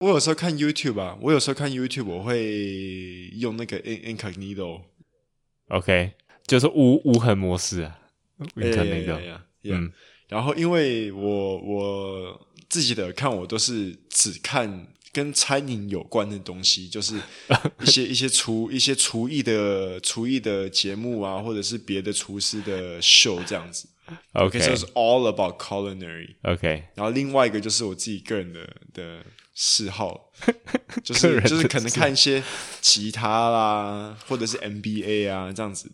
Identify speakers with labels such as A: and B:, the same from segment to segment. A: 我有时候看 YouTube 啊，我有时候看 YouTube，我会用那个 in incognito，
B: OK，就是无无痕模式啊，
A: 哎呀呀
B: incognito
A: 呀呀呀
B: 嗯，
A: 然后因为我我自己的看我都是只看跟餐饮有关的东西，就是 一些一些厨一些厨艺的厨艺的节目啊，或者是别的厨师的秀这样子。
B: ，OK
A: 所以哎是 all about culinary。
B: OK，
A: 然后另外一个就是我自己个人的的嗜 好，就
B: 个
A: 是
B: 人的
A: 就是可能看一些吉他啦，或者是 NBA 啊这样子，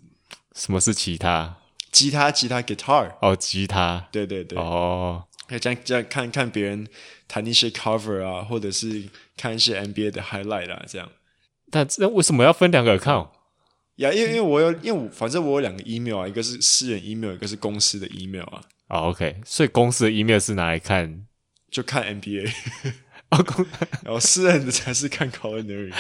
B: 什么是其他？
A: 吉他吉他 guitar，
B: 哦，吉他，
A: 对对对，
B: 哦，
A: 可以这样这样看看别人弹一些 cover 啊，或者是看一些 NBA 的 highlight 啊，这样。
B: 但那为什么要分两个 account？
A: 呀、因为因为我有，因为我反正我有两个 email 啊，一个是私人 email，一个是公司的 email 啊，
B: 哦，OK，所以公司的 email 是拿来看，
A: 就看 NBA，
B: 哦，公
A: 然后私人的才是看 culinary。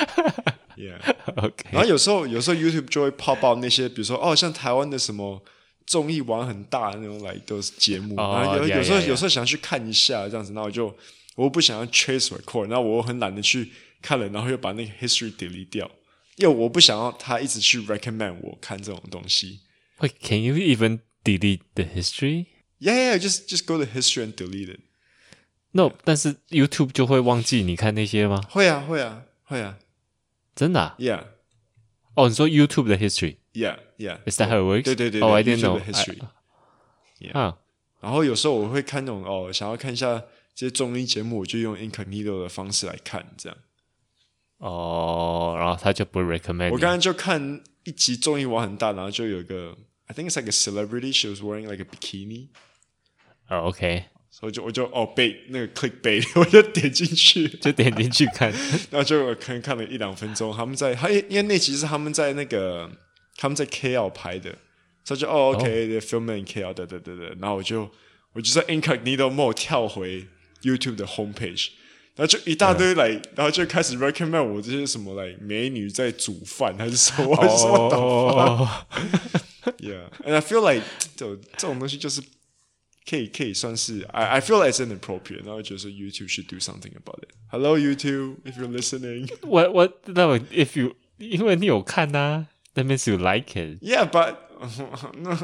A: yeah，
B: OK，
A: 然后有时候有时候 YouTube 就会 pop out 那些，比如说哦，像台湾的什么综艺玩很大的那种来都是节目，
B: 哦
A: 然后有
B: yeah,
A: 有时候
B: yeah, yeah
A: 有时候想去看一下这样子，那我就我又不想要 chase record，那我又很懒得去看了，然后又把那个 history delete 掉，因为我不想要他一直去 recommend 我看这种东西。
B: 会 Can you even delete the history？
A: Yeah, yeah, just just go to history and delete it。
B: No，但是 YouTube 就会忘记你看那些吗？
A: 会啊，会啊，会啊。
B: 真的、啊？
A: Yeah,
B: 哦，你说 YouTube 的 history？Is
A: yeah, yeah。
B: that how it works？
A: 对对对对
B: 哦、i didn't
A: YouTube
B: know
A: 的 history
B: 啊，
A: 然后有时候我会看那种哦，想要看一下这些综艺节目，我就用 incognito 的方式来看，这样。
B: 哦，然后他就不
A: 我
B: recommend 哎你
A: 刚刚就看一集综艺玩很大，然后就有一个，I think it's like a celebrity, she was wearing like a bikini，
B: 哦，OK，
A: 所以我就我就哦被那个 click bait，我 就点进去，
B: 就点进去看。
A: 然后就看看了一两分钟，他们在，他因为那集是他们在那个他们在 KL 拍的，所以就哦 OK，the、film in KL，对对对对，然后我就我就在 incognito mode 跳回 YouTube 的 homepage。然后就一大堆来，然后就开始 recommend 我这些什么来美女在煮饭还是什 么，还是什么
B: 哦
A: Yeah, and I feel like 这种这种东西就是可以可以算是 I I feel like it's inappropriate，然后觉得说 YouTube should do something about it. Hello YouTube, if you're listening.
B: 我我那我 if you 因为你有看呐、t h a t means you like it。
A: Yeah, but no,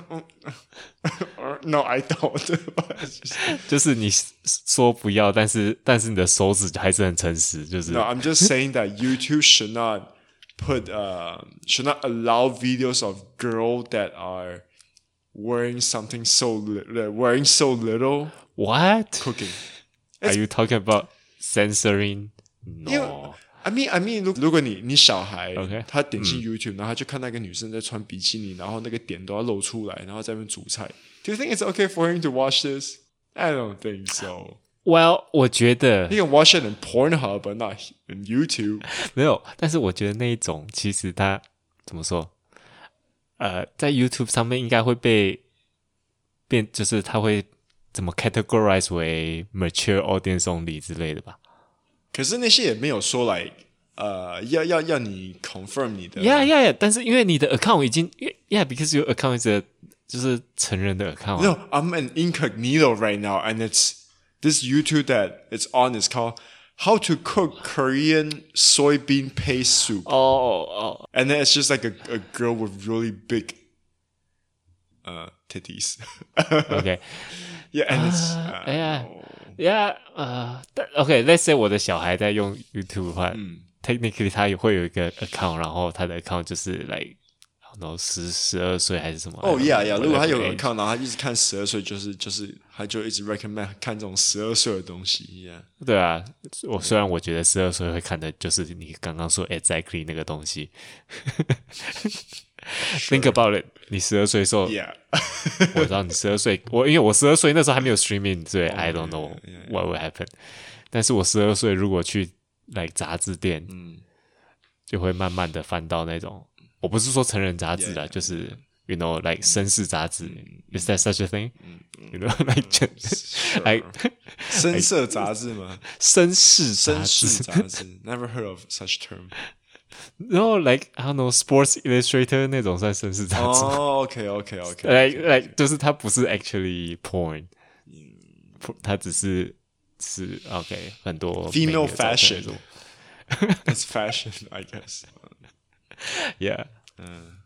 A: no, I don't. But it's just-
B: 就是你说不要，但是但是你的手指还是很诚实，就是
A: no, I'm just saying that YouTube should not put uh, should not allow videos of girl that are wearing something so li- wearing so little
B: What
A: cooking.
B: are you talking about censoring? No.
A: I mean, I mean，如如果你你小孩
B: OK
A: 他点进 YouTube，、然后他就看那个女生在穿比基尼，然后那个点都要露出来，然后在那边煮菜。Do you think it's okay for him to watch this? I don't think so.
B: Well，我觉得
A: He can watch it in Pornhub, but not in YouTube.
B: 没有，但是我觉得那一种其实它怎么说？呃，在 YouTube 上面应该会被变，就是它会怎么 categorize 为 mature audience only 之类的吧
A: 可是那些也没有说来，呃，要要要你 confirm 你的
B: ？Yeah, yeah, yeah。但是因为你的 account 已经，Yeah, because your account is a 就是成人的 account 啊、
A: No, I'm an incognito right now, and it's this YouTube that it's on is called How to Cook Korean Soybean Paste Soup.
B: 哦哦
A: And then it's just like a, a girl with really big uh titties.
B: o k
A: yeah, and it's uh,
B: Ah, 哦 yeah.
A: no.
B: Yeah，呃，但 OK，Let's、say 我的小孩在用 YouTube 的话、t
A: 嗯
B: e c h n i c a l l y 他也会有一个 account，然后他的 account 就是来，然后十十二岁还是什么
A: 哦、yeah Oh, yeah，如果他有
B: account，
A: account，然后他一直看十二岁，就是就是，他就一直 recommend 看这种十二岁的东西，yeah。
B: 对啊，我虽然我觉得十二岁会看的就是你刚刚说 exactly 那个东西 ，Think about it，你十二岁的时候
A: Yeah，
B: 我知道你十二岁，我因为我十二岁那时候还没有 streaming，所以
A: 哦
B: I don't know what will happen。但是我十二岁如果去来杂志店，
A: 嗯
B: 就会慢慢的翻到那种，我不是说成人杂志啦，就是 you
A: 嗯
B: know like 绅士杂志，is that such a thing？you know like
A: 嗯
B: just- like
A: 深色杂志吗？
B: 绅士杂
A: 绅
B: 志
A: 士， 杂志，Never heard of such term。
B: 然后 like I don't know Sports Illustrator 那种算绅士杂志吗
A: 哦，OK OK OK，
B: like like 就是它不是 actually porn，不它只是是 OK 很
A: Female
B: 多美女的照片
A: fashion It's fashion, I guess.
B: Yeah，嗯，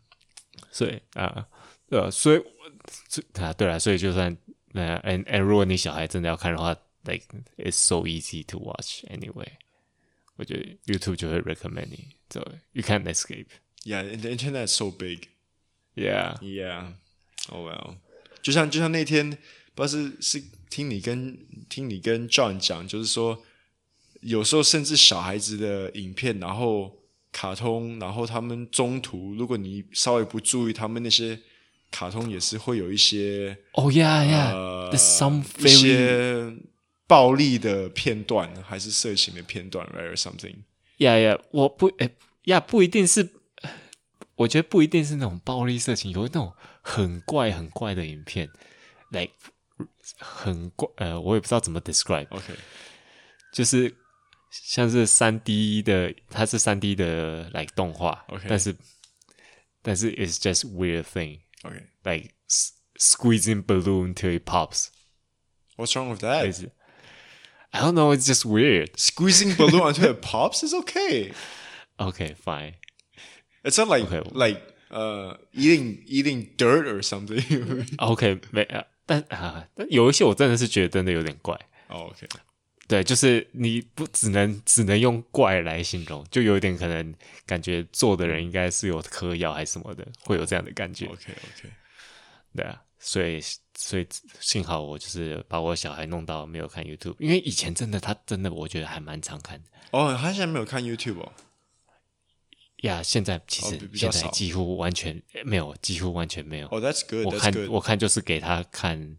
B: 所以啊，对啊，所以我所以啊，对了，所以就算那 and and 如果你小孩真的要看的话，like it's so easy to watch anyway。我觉得 YouTube 就会 recommend 你，so you can't escape。
A: Yeah, and the internet is so big.
B: Yeah，
A: Yeah. Oh well. 就像就像那天，不知道是是听你跟听你跟 John 讲，就是说，有时候甚至小孩子的影片，然后卡通，然后他们中途，如果你稍微不注意，他们那些卡通也是会有一些
B: oh yeah
A: 呃
B: yeah，there's some
A: 一
B: very
A: 些暴力的片段，还是色情的片段，right or something。
B: yeah yeah，我不哎呀不一定是，我觉得不一定是那种暴力色情，有那种很怪很怪的影片，like 很怪呃，我也不知道怎么 describe。
A: OK，
B: 就是像是三 D 的，它是三 D 的 like 动画
A: OK
B: 但是但是 it's just weird thing
A: Okay.
B: like s- squeezing balloon till it pops，
A: What's wrong with that?
B: 类似。I don't know, it's just weird.
A: Squeezing balloon until it pops is okay.
B: Okay, fine.
A: It's not like
B: Okay.
A: like uh eating eating dirt or something.
B: Okay，没，啊但啊，但有一些我真的是觉得真的有点怪。
A: oh, okay.
B: 对，就是你不只能只能用怪来形容，就有一点可能感觉做的人应该是有嗑药还是什么的，会有这样的感觉。
A: Okay, okay.
B: 对啊，所以所以幸好我就是把我小孩弄到没有看 YouTube，因为以前真的他真的我觉得还蛮常看的
A: 哦，他现在没有看 Oh, YouTube 哦。
B: 呀。现在其
A: 哦比
B: 实
A: 比较
B: 现
A: 少
B: 在几乎完全呃没有，几乎完全没有。
A: 哦、t h a t s good.
B: 我
A: That's
B: 看
A: good.
B: 我看就是给他看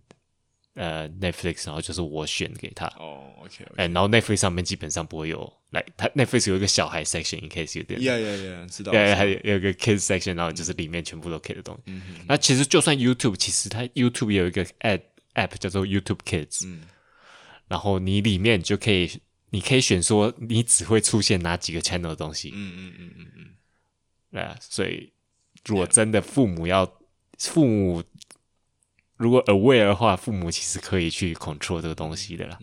B: 呃 Netflix，然后就是我选给他，
A: 哦、o k
B: 哎、然后 Netflix 上面基本上不会有，来他 Netflix 有一个小孩 section，in case 有点
A: Yeah, yeah, yeah. 知道。
B: 对，还有嗯有一个 kids section，然后就是里面全部都 kid 的东西。那其实就算 YouTube，其实它 YouTube 也有一个 ad app 叫做 YouTube Kids，、然后你里面就可以，你可以选说你只会出现哪几个 channel 的东西。嗯嗯嗯嗯嗯。对啊，所以如果真的父母要父母如果 aware 的话，父母其实可以去 control 这个东西的啦。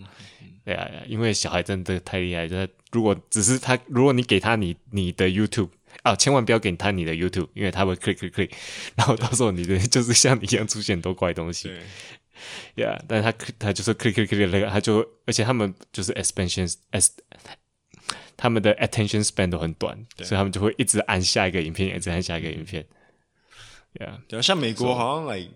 B: 对啊，对啊因为小孩真的太厉害，就是如果只是他，如果你给他你你的 YouTube 啊，千万不要给他你的 YouTube，因为他会 click click click，然后到时候你的 就是像你一样出现很多怪东西。
A: 对，
B: Yeah，但是他 click- 他就是 click click click 那个，他就而且他们就是 expansion s 他们的 attention span 都很短，所以他们就会一直按下一个影片，一直按下一个影片。Yeah，
A: 对啊，像美国好像 like，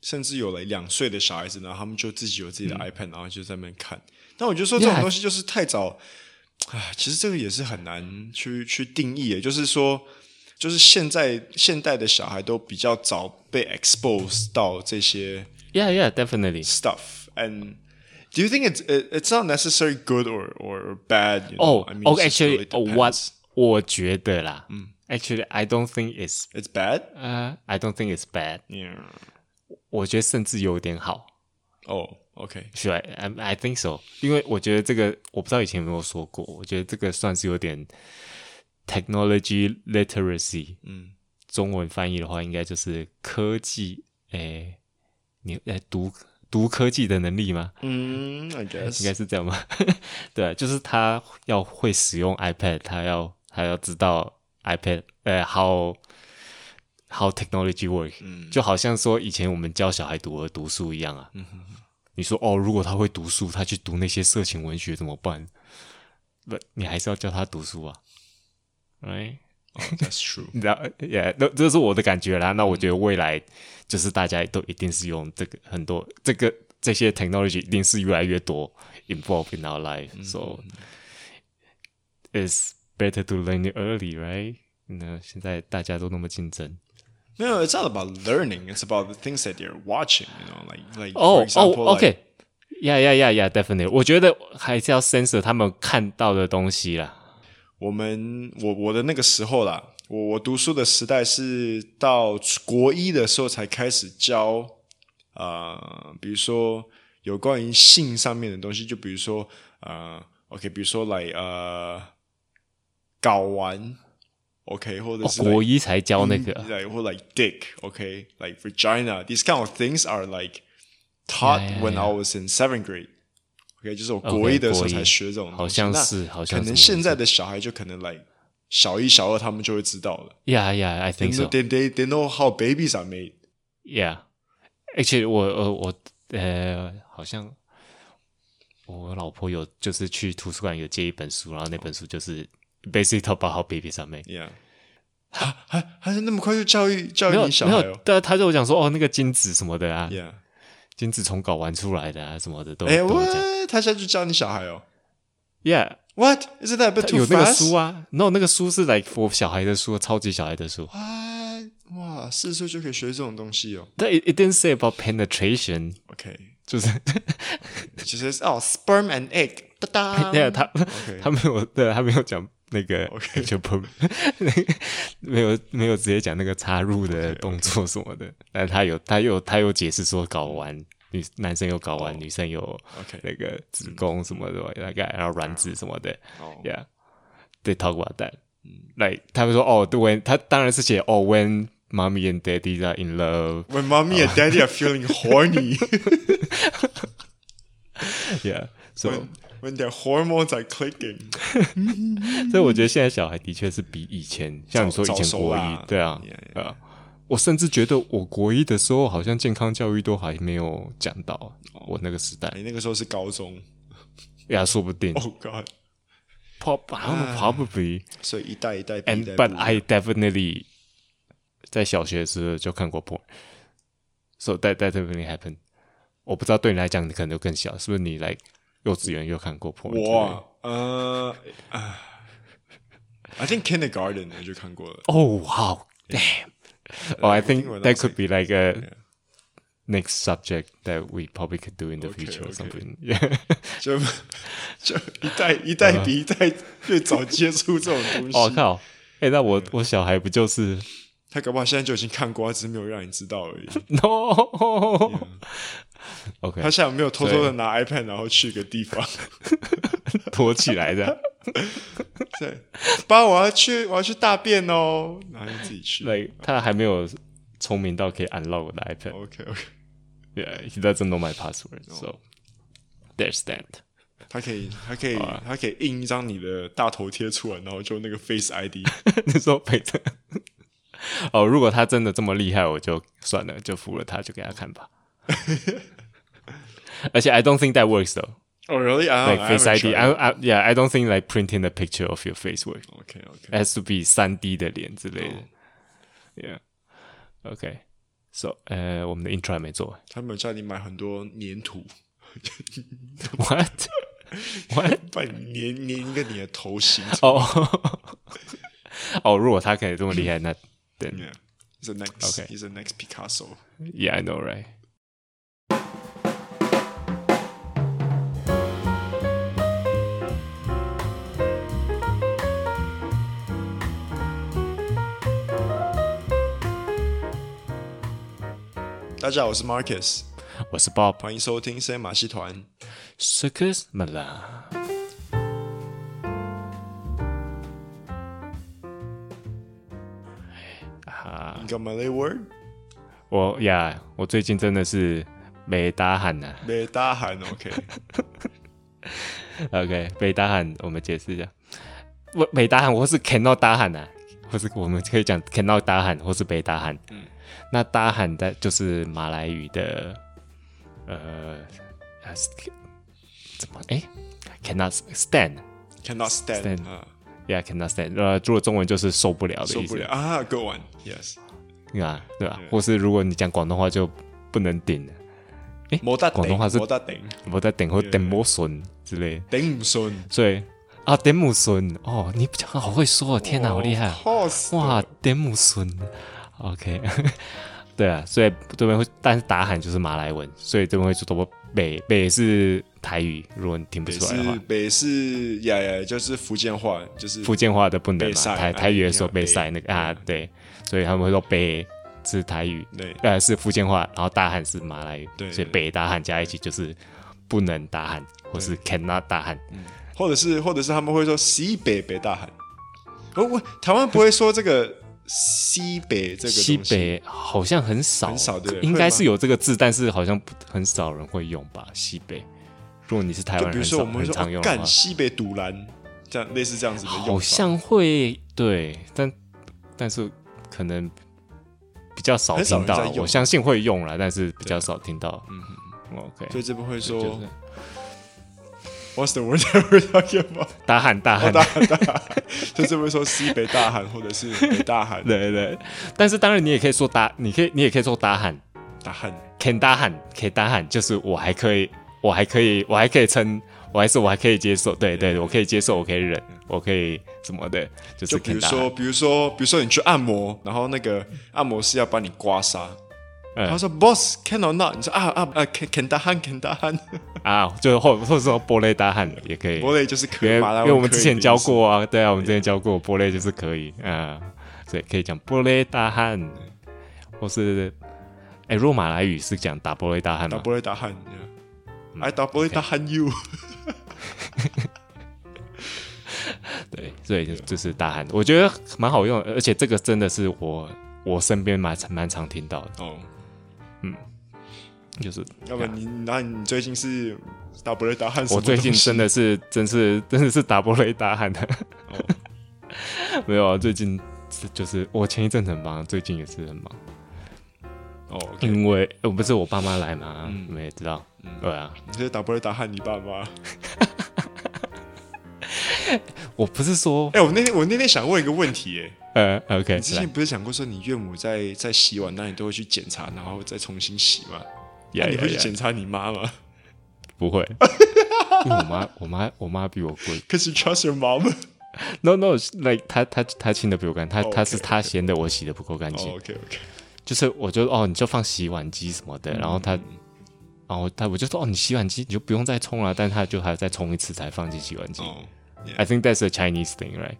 A: 甚至有了两岁的小孩子，然后他们就自己有自己的 iPad，、然后就在那边看。但我就说这种
B: Yeah.
A: 东西就是太早，啊，其实这个也是很难去去定义，也就是说，就是现在现代的小孩都比较早被 expose 到这些
B: Yeah, yeah, definitely.
A: stuff and。Do you think it's it- it's not necessarily good or or bad? you know?
B: 哦
A: I mean,
B: ，OK,
A: it's just
B: actually,
A: really
B: uh,
A: depends. Mm.
B: what 我觉得啦，嗯，actually, I don't think it's
A: it's bad?
B: 呃、i don't think it's bad。
A: Yeah.
B: 我觉得甚至有点好。
A: Oh, okay.
B: 是吧？I I think so，因为我觉得这个我不知道以前有没有说过，我觉得这个算是有点 technology literacy，
A: 嗯，
B: 中文翻译的话应该就是科技，诶、你诶读读科技的能力吗？
A: 嗯，I guess.
B: 应该是这样吧？ 对，啊就是他要会使用 iPad，他要他要知道 iPad，呃，how how technology work，、就好像说以前我们教小孩读儿读书一样啊。你说哦，如果他会读书，他去读那些色情文学怎么办？不，你还是要教他读书啊，right？
A: Oh, that's true.
B: 你知道，也那这是我的感觉
A: 嗯
B: 啦。那我觉得未来就是大家都一定是用这个很多这个这些 technology 一定是越来越多 involved in our life、So
A: 嗯
B: it's better to learn it early, right? 那现在大家都那么竞争。
A: No, it's not about learning. It's about the things that you're watching. You know, like like
B: 哦
A: for example,
B: 哦
A: like,
B: ，OK，呀呀呀呀，definitely，我觉得还是要 censor 他们看到的东西啦。
A: 我们我我的那个时候啦，我我读书的时代是到国一的时候才开始教，呃，比如说有关于性上面的东西，就比如说呃，OK，比如说来呃，睾丸，OK，或者
B: 哦，
A: 是 like-
B: 国一才教那个
A: like or like dick, okay, like vagina. These kind of things are like taught
B: Yeah, yeah,
A: when I was in seventh grade. OK，就是我嗯国一的时候才学这种东西
B: 好像
A: 那
B: 是，好像
A: 可
B: 是
A: 能现在的小孩就可能 like 小一、小二他们就会知道了。
B: ，Yeah Yeah I
A: They
B: think so
A: know, they, they, they know how babies are made.
B: Yeah，而且我呃我呃好像我老婆有就是去图书馆有借一本书，然后那本书就是 Basic Talk About How Babies Are Made。
A: Yeah，还还还是那么快就教育教
B: 没
A: 育
B: 有
A: 你小
B: 没
A: 孩
B: 有
A: 哦，。
B: 但他就讲说哦，那个精子什么的啊
A: Yeah，
B: 精子从睾丸出来的啊，什么的都
A: 哎
B: 都有讲。
A: ，what？他现在就教你小孩哦
B: Yeah，
A: ？What isn't that a bit
B: 他
A: too
B: 有
A: fast？
B: 那个书啊，No，那个书是 like for 小孩的书，超级小孩的书。啊
A: What？哇，四岁就可以学这种东西哦。
B: 但 it it didn't say about penetration，
A: OK，
B: 就是
A: 其实是哦，sperm and egg，哒 哒。
B: 对他
A: OK
B: 他没有对他没有讲那个
A: OK
B: 就不没有没有直接讲那个插入的动作什么的，但他有他有他有解释说睾丸。女男生有睾
A: 哦
B: 丸女生有
A: OK
B: 那个子宫什么的，大概然后卵子什么的
A: 嗯哦
B: ，Yeah，they talk about that。Like 他们说哦，when 他当然是写哦，when mommy and daddy are in love，
A: When mommy and daddy are feeling horny,
B: Yeah，so
A: when when their hormones are clicking，
B: 所以我觉得现在小孩的确是比以前，像你说以
A: 嗯早
B: 前国
A: 早熟啦
B: 一，对啊
A: Yeah，yeah，
B: 对啊，我甚至觉得我国一的时候，好像健康教育都还没有讲到
A: 哦
B: 我那个时代
A: 哎你那个时候是高中
B: 呀，说不定
A: ，Oh God，
B: prob probably
A: 所以一代一代比一
B: and
A: 代
B: but
A: 不一样
B: I definitely 在小学的时候就看过 porn，so that that definitely happened。我不知道对你来讲，你可能就更小，是不是你来幼稚园又看过 porn？之类的
A: 我呃啊，I think kindergarten 我就看过了。
B: Oh wow, damn.
A: Uh,
B: Oh, I think
A: we're not
B: that could be like a next subject that we probably could do in the
A: Okay,
B: future or
A: okay.
B: something. Yeah.
A: 就 就一代一代比一代越早接触这种东
B: 哦
A: 西，
B: 靠！哎、那我我小孩不 就是
A: 他搞不好现在就已经看过，他只是没有让你知道而已。
B: no？OK，、
A: 他现在没有偷偷的拿 iPad 然后去一个地方，
B: 躲起来的。
A: 对，爸，我要去我要去大便哦，然后你自己去。
B: Like 他还没有聪明到可以 unlock 我的 iPad。
A: OK OK，
B: Yeah, he doesn't know my password, so there's that.
A: 他可以他可以
B: 啊
A: 他可以印一张你的大头贴出来，然后就那个 Face ID，
B: 那时候陪着。哦，如果他真的这么厉害，我就算了，就服了他，就给他看吧。而且 I don't think that works though.
A: 哦，really？
B: Like
A: Oh, I
B: face ID, I, I yeah, I don't think like printing the picture of your face works.
A: OK OK，
B: It has to be 三 D 的脸之
A: Oh.
B: 类的。Yeah. OK. So，呃，我们的 intro 还没做完。
A: 他们有叫你买很多粘土，
B: What? What?
A: 把你粘粘一个你的头 型。
B: 哦哦，Oh, 如果他可以这么厉害，那 then
A: Yeah. He's the next.
B: Okay.
A: He's the next Picasso.
B: Yeah, I know, right?
A: 大家好，我是 Marcus，
B: 我是 Bob
A: 欢迎收听 C 马戏团。
B: Circus Mala。啊
A: You got Malay word？
B: 我呀我最近真的是没打喊呐、
A: 没大喊，OK。
B: OK，没打喊，我们解释一下。我没打喊，或是 cannot 打喊呐、或是我们可以讲 cannot 打喊，或是没打喊。嗯，那打喊的就是马来语的，呃，啊是怎么哎，cannot stand。
A: Cannot stand. 啊
B: Stand. Yeah, cannot stand。呃，如果中文就是受不了的意思。
A: 啊，受不了啊！Good one. Yes.
B: 啊，对吧？或是如果你讲广东话就不能顶了，
A: 冇得頂，
B: 廣東話是-
A: 冇得頂，頂唔順。
B: 我在顶或顶不顺之类的。所以啊，顶不顺哦，你讲得好会说哦，天哪，好厉害
A: Of！course.
B: 哇，顶不顺，OK，对啊，所以这边会，但是打喊就是马来文，所以这边会说多北北是台语，如果你听不出来的话
A: 北是-，北是-呀，呀，就是福建话，就是
B: 福建话的不能
A: 北
B: 嘛，
A: 赛
B: 台
A: 啊
B: 台语的时候
A: 一定要
B: 北赛那
A: 哎
B: 个啊，对，所以他们会说北是台语，
A: 对
B: 呃是福建话，然后大汉是马来语，
A: 对
B: 所以北大汉加一起就是不能大汉，或是 cannot 大汉，
A: 或者是-或者是他们会说西北北大喊。哦，我-台湾不会说这个西北这个东西。
B: 西北好像很少，
A: 很少对不对
B: 应该
A: 会吗
B: 是有这个字，但是好像不很少人会用吧，西北。如果你是台
A: 就
B: 湾
A: 比
B: 人，
A: 如说我们会
B: 很
A: 说
B: 常
A: 哦
B: 用的
A: 干
B: 话，
A: 西北堵拦，这样类似这样子的用法。
B: 好像会对，但但是可能比较少
A: 很少
B: 听
A: 人
B: 到
A: 在
B: 啦，
A: 用
B: 我相信会用啦，但是比较少听到。
A: 嗯，
B: OK，
A: 所以这边会
B: 就
A: 说
B: 是
A: What's the word that we're talking about？
B: 大喊大
A: 哦
B: 喊，
A: 大喊大喊，所以这边会说西北大喊或者是北大喊
B: 对对。但是当然你也可以说大，你可以你也可以说大喊
A: 大喊，
B: ，can 大喊，can 大喊，就是我还可以，我还可以，我还可以撑，我还是我还可以接受，对对，我可以接受，我可以忍，我可以什么的，就
A: 就是比如
B: can 大喊
A: 说，比如说，比如说你去按摩，然后那个按摩师要帮你刮痧。
B: 嗯
A: 他说：“Boss, can or not？” 你说啊啊啊，can can 大喊，can 大喊。
B: 啊，就是或或者说波类大汉也可以，
A: 我类就是可
B: 因为
A: 以马来文
B: 因为我们之
A: 可以的
B: 前
A: 意
B: 教
A: 思，
B: 过啊，对啊，我们之前教过波类就是可以啊、所以可以讲波类大汉，或是哎，若马来语是讲打波类大汉
A: 打
B: 吗？
A: 不会大喊，I
B: 嗯
A: 打不会大喊 you。
B: 对，所以就就是大汉，我觉得蛮好用的，而且这个真的是我我身边蛮蛮常听到的，
A: 哦，
B: 就是
A: 要不然你那你最近是打不会大喊什么
B: 我
A: 东西？
B: 最近真的是，真是， 真的是打波雷打喊的。
A: 哦
B: 没有啊，最近是就是我前一阵子很忙，最近也是很忙，
A: 哦，OK，
B: 因为呃不是我爸妈来嘛，
A: 嗯
B: 你们也知道，对啊，
A: 你是打不会打喊你爸妈？
B: 我不是说
A: 哎、我那天我那天想问一个问题、哎，
B: 呃 OK，
A: 你之前不是讲过说你岳母在在洗碗那你都会去检查，然后再重新洗吗？那
B: 呀
A: 啊你
B: 呀
A: 会去
B: 呀
A: 检查你妈吗
B: 不会，因为我妈我妈我妈比我贵
A: ？Cause you trust your mom 哦。
B: ，no no，like 她她她清的比我干，她
A: 哦
B: 她是
A: OK，OK
B: 她嫌的我洗的不够干净，
A: OK OK，
B: 就是我就哦，你就放洗碗机什么的，然后他，然后他我就说哦，你洗碗机你就不用再冲了，但他就还再冲一次才放进洗碗机。
A: 哦、
B: I think that's a Chinese thing, right？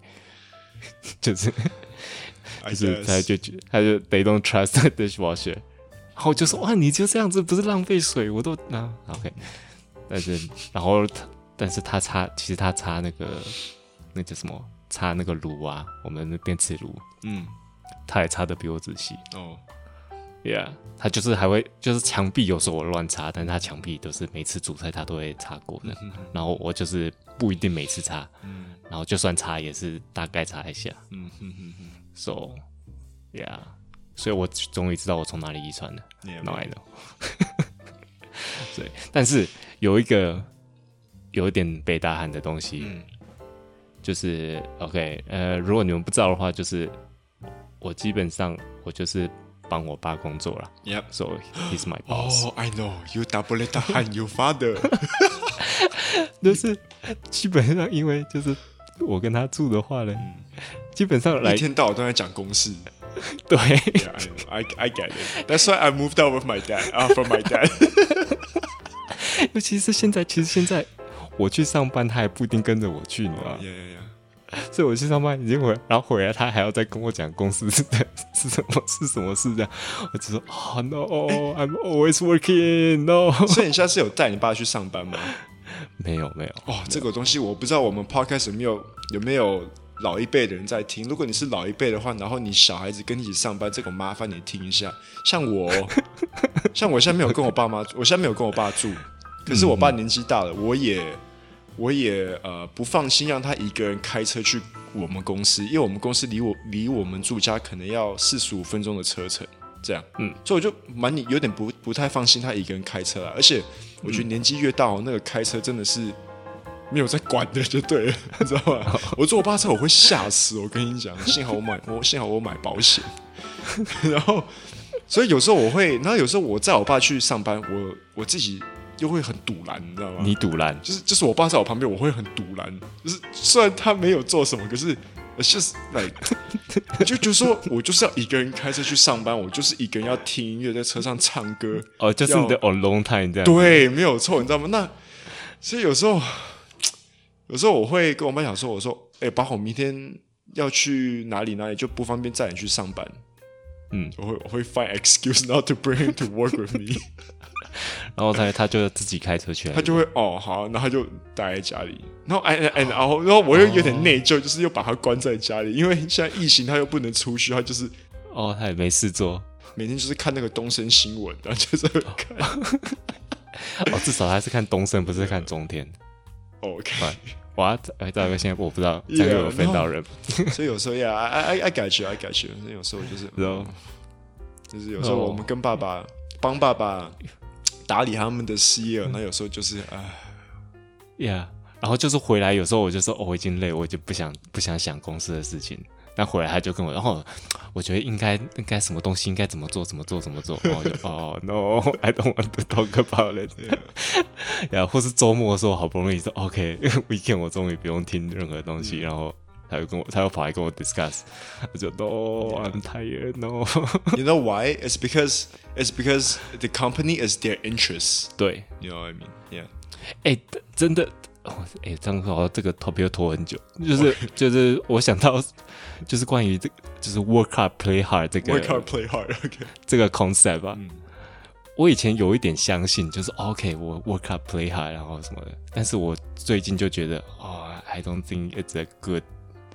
B: 就是
A: 还
B: 就
A: 是
B: 是他就觉他就 they don't trust the dishwasher，然后我就说哇，你就这样子不是浪费水，我都啊 OK，但是然后他但是他擦其实他擦那个那叫什么擦那个炉啊，我们那电磁炉，
A: 嗯
B: 他也擦的比我仔细。
A: 哦
B: Yeah，他就是还会，就是墙壁有时候我乱擦，但是他墙壁都是每次煮菜他都会擦过
A: 嗯
B: 的，然后我就是不一定每次擦，然后就算擦也是大概擦一下
A: 嗯哼哼哼，
B: ，so yeah，所以我终于知道我从哪里遗传了
A: 你也没
B: ，now I know。所以，但是有一个有一点北大汉的东西，
A: 嗯
B: 就是 OK，呃，如果你们不知道的话，就是我基本上我就是帮我爸工作啦。
A: Yep.
B: So he's my boss，、
A: 哦、i know you double it and you father
B: 就是基本上因为就是我跟他住的话呢，基本上
A: 嗯
B: 来
A: 一天到晚都在讲公事。
B: 对
A: Yeah, I know. I I get it. That's why I moved out with my dad. Ah, from my dad.
B: 尤其是现在，其实现在我去上班，他还不一定跟着我去，你知道吗
A: yeah, yeah, yeah.
B: 所以我去上班已经回，然后回来他还要再跟我讲公司是是什么是什么事这样，我就说啊、no，I'm always working no，
A: 所以你下次有带你爸去上班吗？
B: 没有没有，
A: 哦，这个东西我不知道我们 podcast 有没有有没有老一辈的人在听。如果你是老一辈的话，然后你小孩子跟你一起上班，这个麻烦你听一下。像我哦，像我现在没有跟我爸妈，我现在没有跟我爸住，可是我爸年纪大了，我也我也呃不放心让他一个人开车去我们公司，因为我们公司离我离我们住家可能要四十五分钟的车程，这样，嗯，所以我就蛮有点不不太放心他一个人开车啊，而且我觉得年纪越大哦，那个开车真的是。没有在管的就对了，你知道吗？我坐我爸车我会吓死，我跟你讲，幸好我买我幸好我买保险，然后所以有时候我会，然后有时候我载我爸去上班，我我自己又会很堵拦，你知道吗？
B: 你堵拦
A: 就是就是我爸在我旁边，我会很堵拦，就是虽然他没有做什么，可是 it's just like 我就觉得说我就是要一个人开车去上班，我就是一个人要听音乐，在车上唱歌，
B: 哦，就是你的
A: 要
B: alone time 这样，
A: 对，没有错，你知道吗？那所以有时候，有时候我会跟我妈讲说，我说，哎、爸，我明天要去哪里哪里，就不方便载你去上班。
B: 嗯，
A: 我会我会 find excuse not to bring him to work with me，
B: 然后他他就自己开车去了，
A: 他就会哦好，然后他就待在家里，然后 and and 然后然后我又有点内疚，就是又把他关在家里，因为现在疫情他又不能出去，他就是
B: 哦，他也没事做，
A: 每天就是看那个东森新闻，然后就是会看，
B: 哦，至少他是看东升，不是看中天。
A: OK，
B: 哇，哎，大哥，现在我不知道，这样有分到人。
A: 所以有时候呀，哎哎哎，改去，哎改去。所以有时候就是，
B: 然后
A: 就是有时候我们跟爸爸帮爸爸打理他们的事业，那有时候就是哎。
B: 呀，yeah, 然后就是回来，有时候我就说，哦，我已经累，我就不想不想想公司的事情。但回来他就跟我，然、哦、后我觉得应该应该什么东西应该怎么做怎么做怎么做，然后我就哦，no，I don't want to talk about it。然后 或是周末的时候，好不容易说 OK，weekend、okay, 我终于不用听任何东西，嗯、然后他又跟我他又跑来跟我 discuss，我就 no，I'm tired，no。
A: You know why? It's because it's because the company is their interests.
B: 对
A: ，You know what I mean? Yeah.
B: 哎、欸，真的，哎、哦欸，这样好，这个 topic 又拖很久，就是就是我想到，就是关于这个，就是 work hard play hard 这个
A: work hard play hard，OK，、okay.
B: 这个 concept 吧、啊。嗯、我以前有一点相信，就是 OK，我 work hard play hard，然后什么的。但是我最近就觉得，哦，I don't think it's a good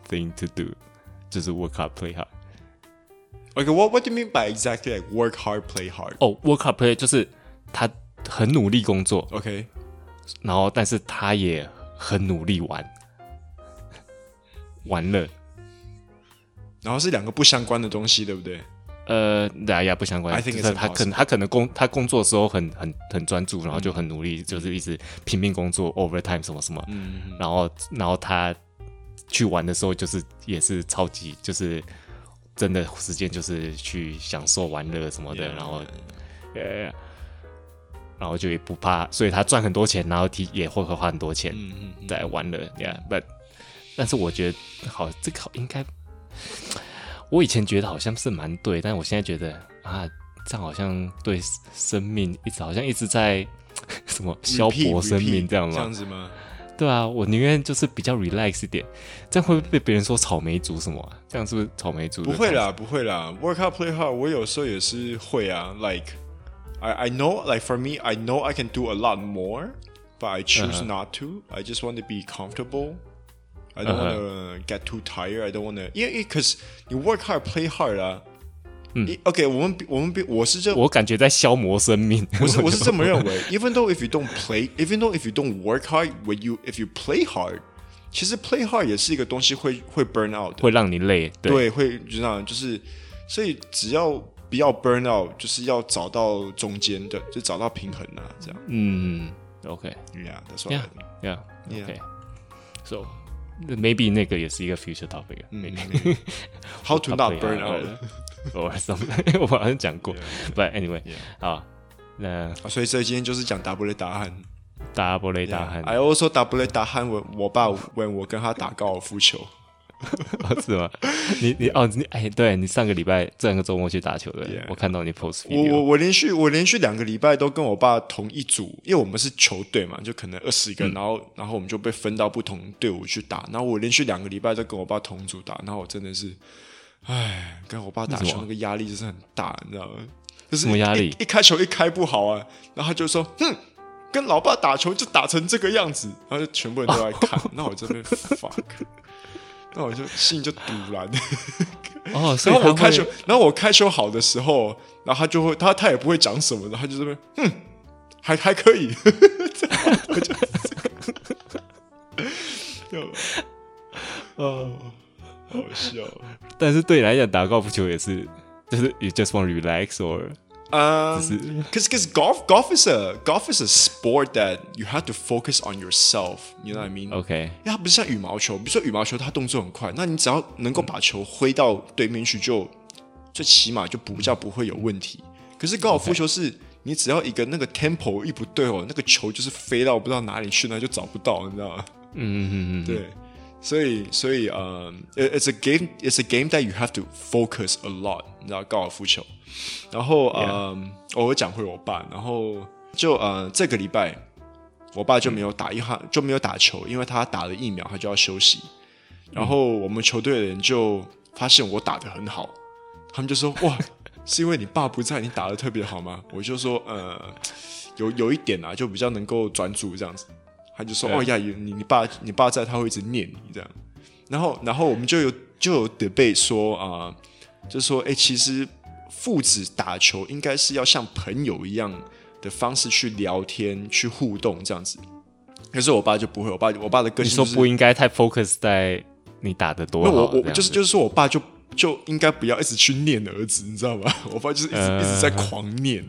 B: thing to do，就是 work hard play hard。
A: OK，what、okay, what do you mean by exactly like work hard play hard？
B: 哦、oh,，work hard play 就是他很努力工作
A: ，OK。
B: 然后，但是他也很努力玩，玩乐。
A: 然后是两个不相关的东西，对不对？
B: 呃，俩呀不相关。就是他可能他可能工他工作的时候很很很专注，然后就很努力，嗯、就是一直拼命工作，overtime 什么什么。嗯嗯然后，然后他去玩的时候，就是也是超级，就是真的时间就是去享受玩乐什么的，然后，呃。然后就也不怕，所以他赚很多钱，然后提也会花很多钱在玩了，Yeah，but，但是我觉得好，这个应该，我以前觉得好像是蛮对，但我现在觉得啊，这样好像对生命一直好像一直在 什么消磨生命这样吗？
A: 这样子吗？
B: 对啊，我宁愿就是比较 relax 一点，这样会不会被别人说草莓族什么、啊？这样是不是草莓族？
A: 不会啦，不会啦，work hard play hard，我有时候也是会啊，like。I, I know, like for me, I know I can do a lot more, but I choose uh
B: Uh-huh.
A: -huh. not to. I just want to be comfortable. I don't uh
B: Uh-huh.
A: -huh. want to get too tired. I don't want to. Yeah, because you work hard, play hard 啊。嗯，OK，我们我们我是这，
B: 我感觉在消磨生命。
A: 我 是我是这么认为。Even though if you don't play, even though if you don't work hard, when you if you play hard，其实 play hard 也是一个东西会会 burn out，
B: 会让你累。对，
A: 对会就让就是所以只要不要 burn out，就是要找到中间的，就找到平衡啊，这样。
B: 嗯，OK，Yeah，that's right，Yeah，Yeah，OK，So maybe 那个也是一个 future topic。
A: 嗯 How to not burn out？
B: 我 我好像讲过，But anyway，啊，那
A: 啊所以所以今天就是讲 double 打鼾
B: ，double 打鼾。
A: I also double 打鼾，我我爸问我跟他打高尔夫球。
B: 哦，是吗？你你哦，你哎，对你上个礼拜这两个周末去打球的，我看到你 post。
A: 我我我连续我连续两个礼拜都跟我爸同一组，因为我们是球队嘛，就可能二十个，嗯、然后然后我们就被分到不同队伍去打。然后我连续两个礼拜都跟我爸同组打，然后我真的是，唉，跟我爸打球那个压力就是很大，你知道吗？就是
B: 什么压力
A: 一？一开球一开不好啊，然后他就说，哼。跟老爸打球就打成这个样子，然后就全部人都来 看，那、哦、我这边 fuck。那我就心就堵然。
B: 哦，
A: 然后我开球，然后我开球好的时候，然后他就会，他他也不会讲什么的，他就这边，嗯，还还可以， 我就这样，哦，好笑。
B: 但是对你来讲，打高尔夫球也是，就是 you just want relax or，
A: 嗯，cause cause golf golf is a golf is a sport that you have to focus on yourself. You know what I mean?
B: OK，
A: 因为它不是像羽毛球，比如说羽毛球它动作很快，那你只要能够把球挥到对面去，就最起码就比较不会有问题。可是高尔夫球是你只要一个那个 tempo 一不对哦，那个球就是飞到不知道哪里去，那就找不到，你知道吗？
B: 嗯嗯嗯，
A: 对。所以，所以，呃、um,，it's a game, it's a game that you have to focus a lot。你知道高尔夫球，然后，呃、um, 哦，我讲回我爸，然后就呃，uh, 这个礼拜我爸就没有打一哈，就没有打球，因为他打了疫苗，他就要休息。然后我们球队的人就发现我打的很好，他们就说：“哇，是因为你爸不在，你打的特别好吗？”我就说：“呃，有有一点啊，就比较能够专注这样子。”他就说：“哦呀，你你爸你爸在，他会一直念你这样。”然后，然后我们就有就有 debate 说啊、呃，就说哎、欸，其实父子打球应该是要像朋友一样的方式去聊天、去互动这样子。可是我爸就不会，我爸我爸的个
B: 你
A: 性、
B: 说
A: 就是、
B: 不应该太 focus 在你打的多
A: 那
B: 好，
A: 我我
B: 这样
A: 就是
B: 子
A: 就是说我爸就就应该不要一直去念儿子，你知道吗？ 我爸就是一直、
B: 呃哦
A: 一直在狂念。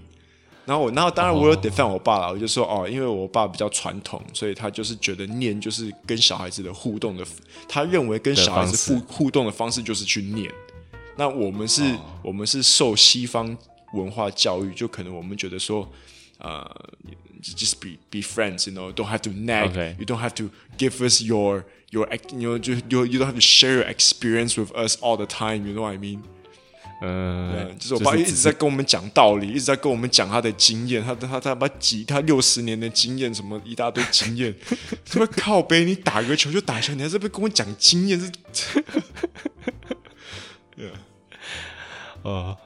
A: 然后我，然后当然我有 defend 我爸了，我就说哦，因为我爸比较传统，所以他就是觉得念就是跟小孩子的互动的，他认为跟小孩
B: 的
A: 子
B: 方
A: 互互动的方式就是去念。那我们是，
B: 哦
A: 我们是受西方文化教育，就可能我们觉得说，呃，just be be friends，you know，don't have to nag，、
B: Okay.
A: you don't have to give us your your ex- you know you you you don't have to share your experience with us all the time，you know what I mean？
B: 嗯，
A: 就是我爸一
B: 只
A: 直
B: 是
A: 在跟我们讲道理，一直在跟我们讲他的经验，他他他把几他六十年的经验，什么一大堆经 验，什么靠背，你打个球就打球，你还在被跟我讲经验是？
B: 呃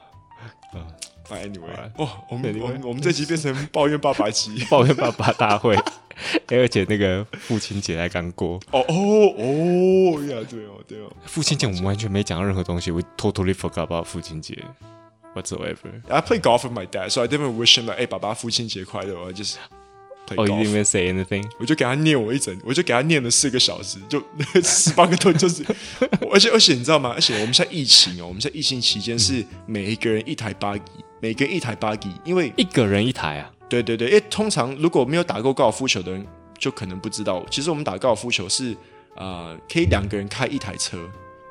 A: Anyway，哇，我们
B: Anyway，
A: 我们我们这集变成抱怨爸爸集
B: 抱怨爸爸大会， 哎而且那个父亲节才刚过，
A: 哦哦哦呀，对哦对哦，
B: 父亲节我们完全没讲到任何东西，我 totally forgot about 父亲节 whatsoever。
A: I play golf with my dad, so I didn't wish him like, 哎、爸爸父亲节快乐。我就是 play
B: 哦、oh,，you
A: golf，、
B: didn't even say anything。
A: 我就给他念我一整，我就给他念了四个小时，就 十八个盾，就是。 而且而且你知道吗？而且我们现在疫情哦，我们现在疫情期间是每一个人一台八 G，每个人一台八 G，因为
B: 一个人一台啊，
A: 对对对，因为通常如果没有打过高尔夫球的人，就可能不知道，其实我们打高尔夫球是呃可以两个人开一台车。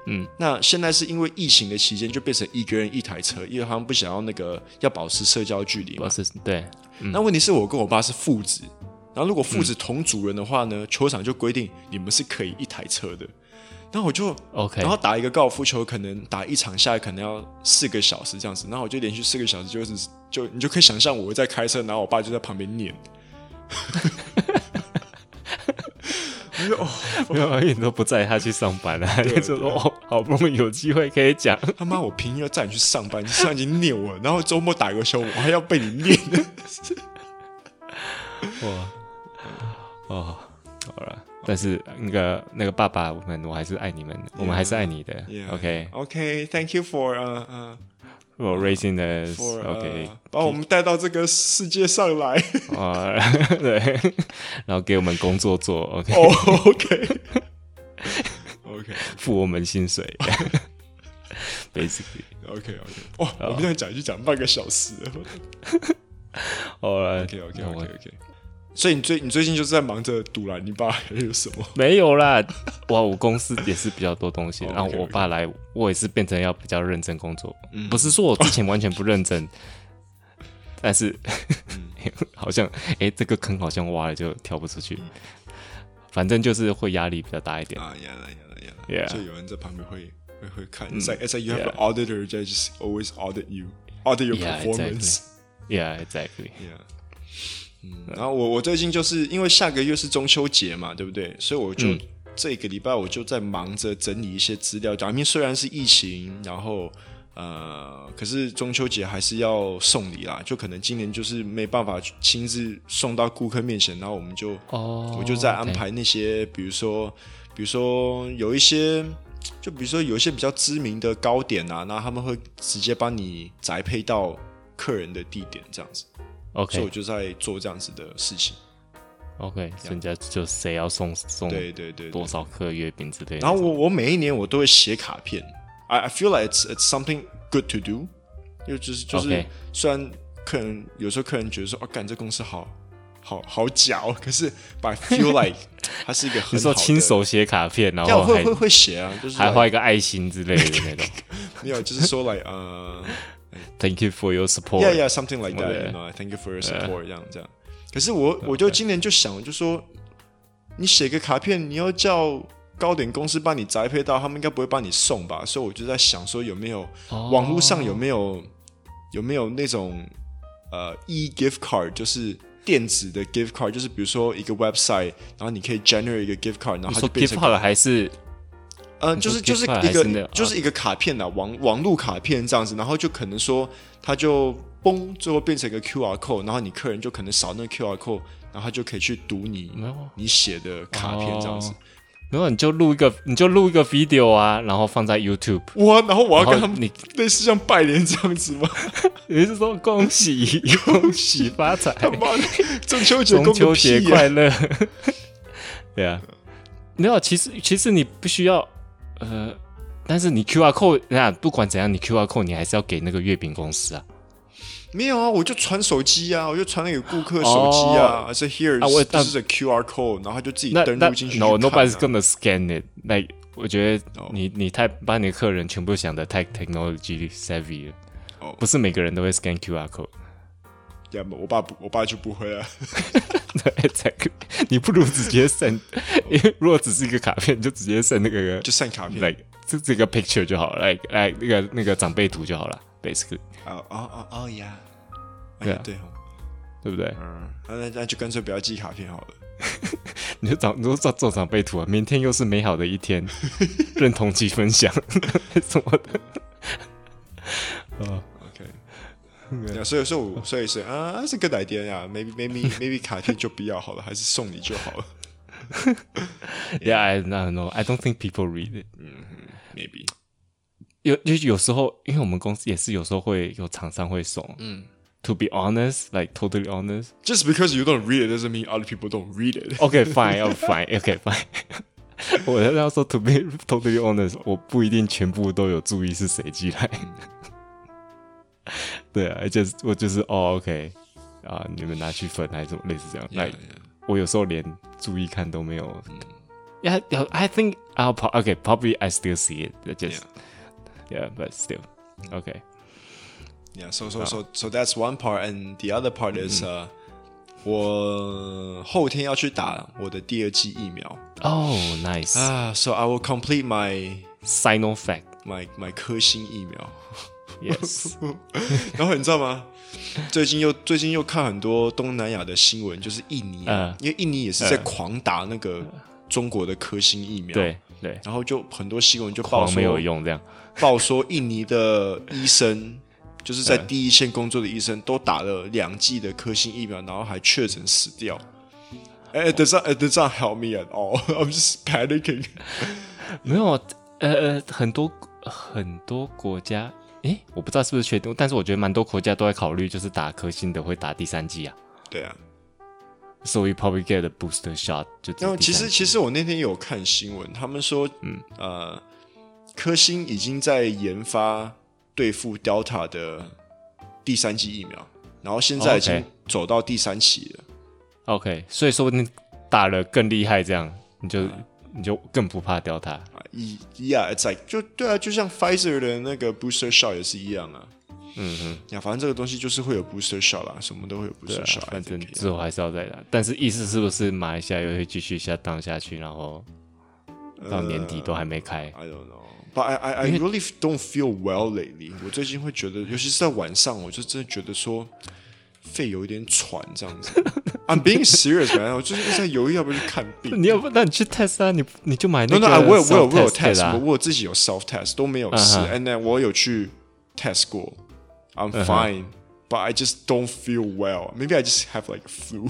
B: 嗯，
A: 那现在是因为疫情的期间，就变成一个人一台车，因为他们不想要那个要保持社交距离嘛
B: 我。是对，
A: 那问题是我跟我爸是父子，然后如果父
B: 嗯
A: 子同主人的话呢，球场就规定你们是可以一台车的。那我就
B: OK
A: 然后打一个高尔夫球，可能打一场下来可能要四个小时这样子，然后我就连续四个小时就是就你就可以想象我在开车，然后我爸就在旁边念， 我就哦，
B: 没有， 因为你都不在，他去上班了、啊，就说哦，好不容易有机会可以讲，
A: 他妈我平日要载你去上班，你上已经念我了，然后周末打个球，我还要被你 念，
B: 哇，哦，好了，但是那个那个爸爸们，我还是爱你们，我们还是爱你的
A: Yeah.
B: OK，
A: OK，Thank、you for 呃、呃
B: 我 raising the
A: for 呃
B: OK，
A: 把我们带到这个世界上 来。
B: 啊，对，然后给我们工作做 OK，
A: 哦，OK，OK，
B: 付我们薪 水，basically，
A: OK，OK，哇，我们这样讲就讲半个小时了。
B: 好了
A: OK，OK，OK，OK。所以你最你最近就是在忙着堵拦你爸还有什么？
B: 没有啦， 哇，我公司也是比较多东西，
A: 哦
B: 然后
A: OK，OK
B: 我爸来，我也是变成要比较认真工作，
A: 嗯
B: 不是说我之前完全不认 真，但是
A: 嗯
B: 好像哎、诶这个坑好像挖了就跳不出去，
A: 嗯
B: 反正就是会压力比较大一点。
A: 啊，呀啦呀啦呀
B: Yeah 嗯
A: 就有人在旁边会会会看。It's like it's like you have an auditor that just always audit you, audit your
B: Yeah,
A: performance.
B: Yeah, exactly.
A: Yeah 嗯，然后我我最近就是因为下个月是中秋节嘛，对不对？所以我就、这个礼拜我就在忙着整理一些资料。假面虽然是疫情，然后呃，可是中秋节还是要送礼啦，就可能今年就是没办法亲自送到顾客面前，然后我们就
B: 哦
A: 我就在安排那些，比如说，比如说有一些，就比如说有一些比较知名的糕点啊，那他们会直接帮你宅配到客人的地点这样子，所以我
B: OK
A: 就在做这样子的事情。
B: OK，人家就谁要送送
A: 对对对对
B: 多少颗月饼之类的。
A: 然后我我每一年我都会写卡片，I I feel like it's it's something good to do，因为就是就是
B: OK
A: 虽然客人有时候客人觉得说，哦，干这公司好好好假哦，可是 but I feel like 它是一个很
B: 你说
A: 好的
B: 亲，手写卡片，然
A: 要
B: 后
A: 会
B: 还
A: 会会写啊，就是
B: 还
A: like-
B: 画一个爱心之类的那种。
A: 没有，就是说 like 呃、
B: Thank you for your support.
A: yeah yeah something like
B: 什么
A: that，you
B: 的
A: know I thank you for your support 这样这样。可是我我就今年就想，我就说你写个卡片，你要叫糕点公司帮你宅配到，他们应该不会帮你送吧？所以我就在想说有没有、
B: 哦
A: 网络上有没有有没有那种呃 e gift card，就是。电子的 gift card 就是比如说一个 website，然后你可以 generate 一个 gift card，然后
B: 你
A: 它就
B: 说
A: 变
B: gift
A: 成
B: card 还是
A: 呃，
B: 你
A: 就
B: 说
A: 是就是
B: gift card
A: 一
B: 还是那啊
A: 个
B: 个
A: 就是一个卡片呐，网网络卡片这样子，然后就可能说它就嘣，最后变成一个 QR code，然后你客人就可能扫那个 QR code，然后他就可以去读你
B: 没有啊
A: 你写的卡片这样子
B: 哦。然后你就录一个，你就录一个 video 啊，然后放在 YouTube，
A: 哇，然后我要跟他
B: 然后
A: 们
B: 你
A: 类似像拜年这样 子吗？
B: 你是说恭喜恭喜发财，
A: 他妈的，中秋节
B: 中
A: 公
B: 秋
A: 个
B: 节
A: 屁
B: 快
A: 呀！
B: 乐。对 啊，没有，其实其实你不需要，呃，但是你 QR code 那不管怎样，你 QR code 你还是要给那个月饼公司啊。
A: 没有啊，我就传手机啊，我就传那个顾客手机啊，而且 here
B: 啊我
A: is 这是 QR code，然后他就自己
B: 那
A: 登
B: 那
A: 录进去去看啊。哦
B: no，nobody's gonna scan it。like 我觉得你你太把你的客人全部想的太 technology savvy 了
A: 哦
B: 不是每个人都会 scan QR code。
A: 呀我爸不，我爸就不会啊。
B: exactly，你不如直接 send，因为如果只是一个卡片，你就直接 send 那个
A: 就散卡片。
B: like 这这个 picture 就好了，like like 那个那个长辈图就好了，basically，
A: 哦哦哦哦呀！哎
B: 对
A: 呀
B: 啊，
A: 对哦，
B: 对不对？
A: 嗯，那那那就干脆不要寄卡片好了。
B: 你就长你就照做长辈图啊，明天又是美好的 一天，认同及分享 什么的。
A: 哦 OK，呀所以所以我所以所以啊，that's a good idea 呀，maybe maybe maybe 卡片就不要好了，还是送你就好了
B: Yeah, I don't know. I don't think people read it.
A: ，maybe。
B: 有就是有时候，因为我们公司也是有时候会有厂商会送。嗯，To be honest, like totally honest,
A: Just because you don't read it doesn't mean other people don't read it。
B: OK fine，哦 fine OK fine。我要说 to be totally honest，我不一定全部都有注意是谁寄来。 对啊，而且我就是哦 OK 啊，你们拿去分还是什么类似这样。 来
A: yeah.
B: 我有时候连注意看都没有。Yeah, 嗯 I think I'll pro- okay. Probably I still see it. I Just yeah, but still okay.
A: Yeah, Mm-hmm。 so so so so that's one part, and the other part is 呃，我后天要去打我的第二剂疫苗
B: Oh, nice.
A: 啊，so I will complete my
B: Sinofac.
A: my my 科兴疫苗。
B: Yes.
A: 然后你知道吗？最近又最近又看很多东南亚的新闻，就是印尼啊，
B: 嗯
A: 因为印尼也是在狂打那个中国的科兴疫苗，，
B: 对对，
A: 然后就很多新闻就报
B: 好
A: 说
B: 没有用这样。
A: 报说印尼的医生，就是
B: 嗯
A: 在第一线工作的医生，都打了两剂的科兴疫苗，然后还确诊死掉。哎、欸、，Does that it does not help me at all? I'm just panicking.
B: 没有，呃，呃，很多很多国家，诶，我不知道是不是确定，但是我觉得蛮多国家都在考虑，就是打科兴的会打第三剂啊，
A: 对啊，
B: 所以 probably get a booster shot 就
A: 然后
B: 这
A: 其实其实我那天有看新闻，他们说，嗯呃，科兴已经在研发对付 Delta 的第三剂疫苗，然后现在已
B: 哦
A: 经
B: ，OK
A: 走到第三期了。
B: OK，所以说你打了更厉害，这样你就、你就更不怕掉它。
A: 嗯啊一一样，it's like 就对啊，就像 Pfizer 的那个 booster shot 也是一样啊。嗯哼，呀，反正这个东西就是会有 booster shot 啦，什么都会有 booster
B: 对啊
A: shot，
B: 反正
A: I think
B: 之后还是要再打，但是意思是不是马来西亚又会继续下荡下去，然后
A: 呃
B: 到年底都还没开？
A: I don't know。But I I I really don't feel well lately。我最近会觉得，尤其是在晚上，我就真的觉得说肺有一点喘这样子。I'm being serious man，我就是一直在犹豫要不要去看病。
B: 你要不那你去 test 啊，你你就买
A: No no，
B: 那个
A: I- 啊我有我有我有
B: self-test Uh-huh。的
A: test，
B: 啊
A: 我我自己有 self test 都没有事
B: 嗯哼
A: ，and then 我有去 test 过，I'm
B: Uh-huh。
A: fine，but I just don't feel well。Maybe I just have like a flu 。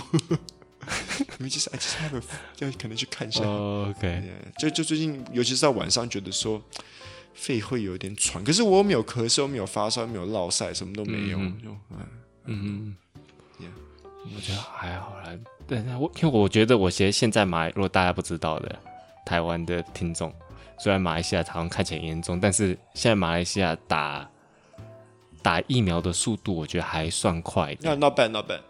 A: Maybe just I just have a，要可能去看一下。
B: 哦 OK，
A: Yeah，就就最近，尤其是在晚上，觉得说肺会有点喘，可是我又没有咳嗽，又没有发烧，又没有落晒，什么都没有。
B: 嗯
A: 就哎
B: 我觉得还好啦，但是我因为我觉得我其实现在马来，如果大家不知道的，台湾的听众，虽然马来西亚好像看起来很严重，但是现在马来西亚打打疫苗的速度，我觉得还算快的，
A: 那哎 not bad not bad，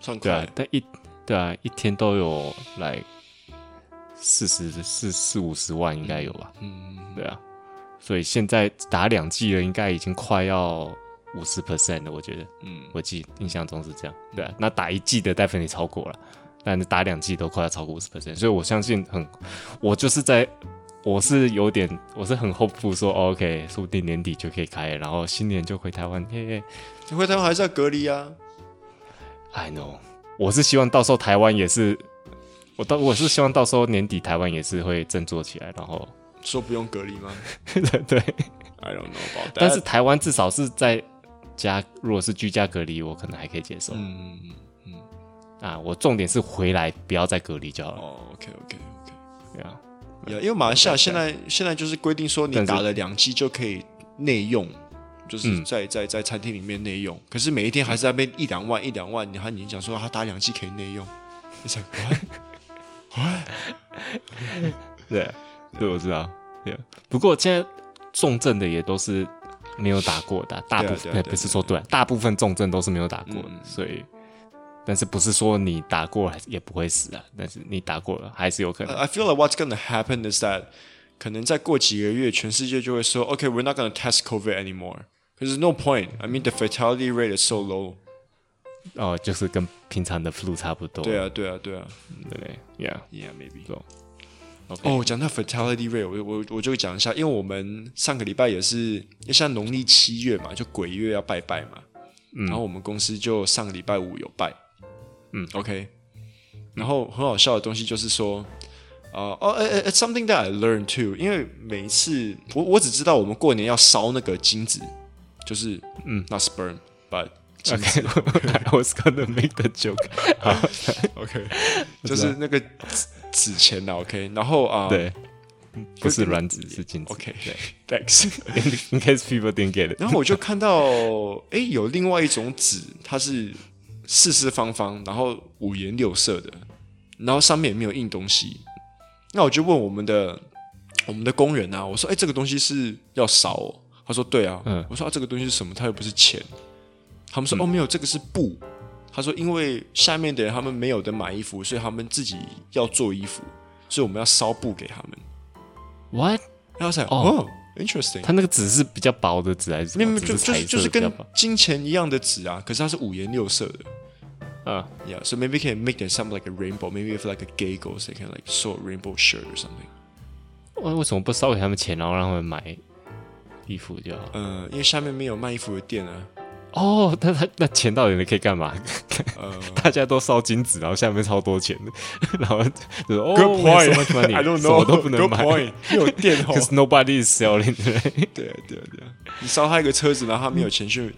A: 算
B: 对啊
A: 快，。
B: 但一对啊，一天都有来四十四四五十万应该有吧，
A: 嗯，
B: 对啊，所以现在打两剂了，应该已经快要五十 percent 了，我觉得，嗯，我记印象中是这样，对啊，那打一剂的 definitely 超过了，但是打两剂都快要超过五十 percent，所以我相信很，我就是在。我是有点，我是很 hopeful 说、哦 OK，说不定年底就可以开了，然后新年就回台湾。嘿嘿
A: 你嗯回台湾还是要隔离啊？
B: ，I know，我是希望到时候台湾也是，我到我是希望到时候年底台湾也是会振作起来，然后
A: 说不用隔离吗
B: 对，
A: ？I don't know about that。
B: 但是台湾至少是在家，如果是居家隔离，我可能还可以接受、
A: 嗯
B: 啊。我重点是回来不要再隔离就好了。
A: 哦哦，OK，OK，OK，
B: 对啊，
A: Yeah，因为马来西亚现在现在就是规定说，你
B: 但是嗯
A: 打了两剂就可以内用，就是在、在在餐厅里面内用。可是每一天还是在那边一两万一两万，你还你讲说他打两剂可以内用，你想 what？
B: 对，对，我知道。对，不过现在重症的也都是没有打过的啊，大部
A: 对
B: 分、
A: 啊对啊对啊嗯
B: 不是说对啊，大部分重症都是没有打过的，所以。但是不是说你打过还是也不会死啊？但是你打过了还是有可能。
A: I feel like what's going to happen is that 可能再过几个月，全世界就会说，Okay, we're not going to test COVID anymore. There's no point. I mean, the fatality rate is so low.
B: 哦，就是跟平常的 flu 差不多。
A: 对，啊，对啊，对啊。
B: 对，Yeah，
A: Yeah, maybe.
B: 懂。
A: 哦，讲到 fatality rate，我我我就讲一下，因为我们上个礼拜也是，因为像农历七月嘛，就鬼月要拜拜嘛，然后我们公司就上个礼拜五有拜，嗯，OK，然后很好笑的东西就是说，啊、哦，呃、i t s something that I learned too，因为每一次我我只知道我们过年要烧那个金子，就是嗯，not sperm，but 金子
B: I was gonna make the joke 好。
A: ，OK，就是 那个纸纸钱呐、o k 然后啊，
B: 对，不是卵子是精子。
A: ，OK，thanks。
B: In case people didn't get it，
A: 然后我就看到，哎，有另外一种纸，它是四四方方，然后五颜六色的，然后上面也没有印东西。那我就问我们的我们的工人啊，我说，哎，这个东西是要烧、哦？他说，对啊。
B: 嗯
A: 我说，啊，这个东西是什么？他又不是钱。他们说，哦，没有，这个是布。他说，因为下面的人他们没有得买衣服，所以他们自己要做衣服，所以我们要烧布给他们。
B: What？
A: 然后我想，
B: 哦
A: 哦，interesting。
B: 它那个纸是比较薄的纸还是什
A: 没有
B: 么？
A: 没有，就
B: 只
A: 哦就是
B: 彩色
A: 就
B: 的
A: 是
B: 比较
A: 跟
B: 薄
A: 金钱一样的纸啊，可是它是五颜六色的。
B: 啊
A: Yeah, so maybe can make them some like a rainbow. Maybe if like a gay goes, they can like sew a rainbow shirt or something.
B: 为为什么不烧给他们钱，然后让他们买衣服就好？
A: 呃，因为下面没有卖衣服的店啊。
B: 哦，那他那钱到底可以干嘛？
A: 呃
B: 大家都烧金纸，然后下面超多钱的， 然后就说哦
A: Oh,
B: we have so much money，什么都不能买
A: point. 没有店哦。
B: ，because nobody is selling，right？
A: 对啊对啊对啊，你烧他一个车子，然后他没有钱去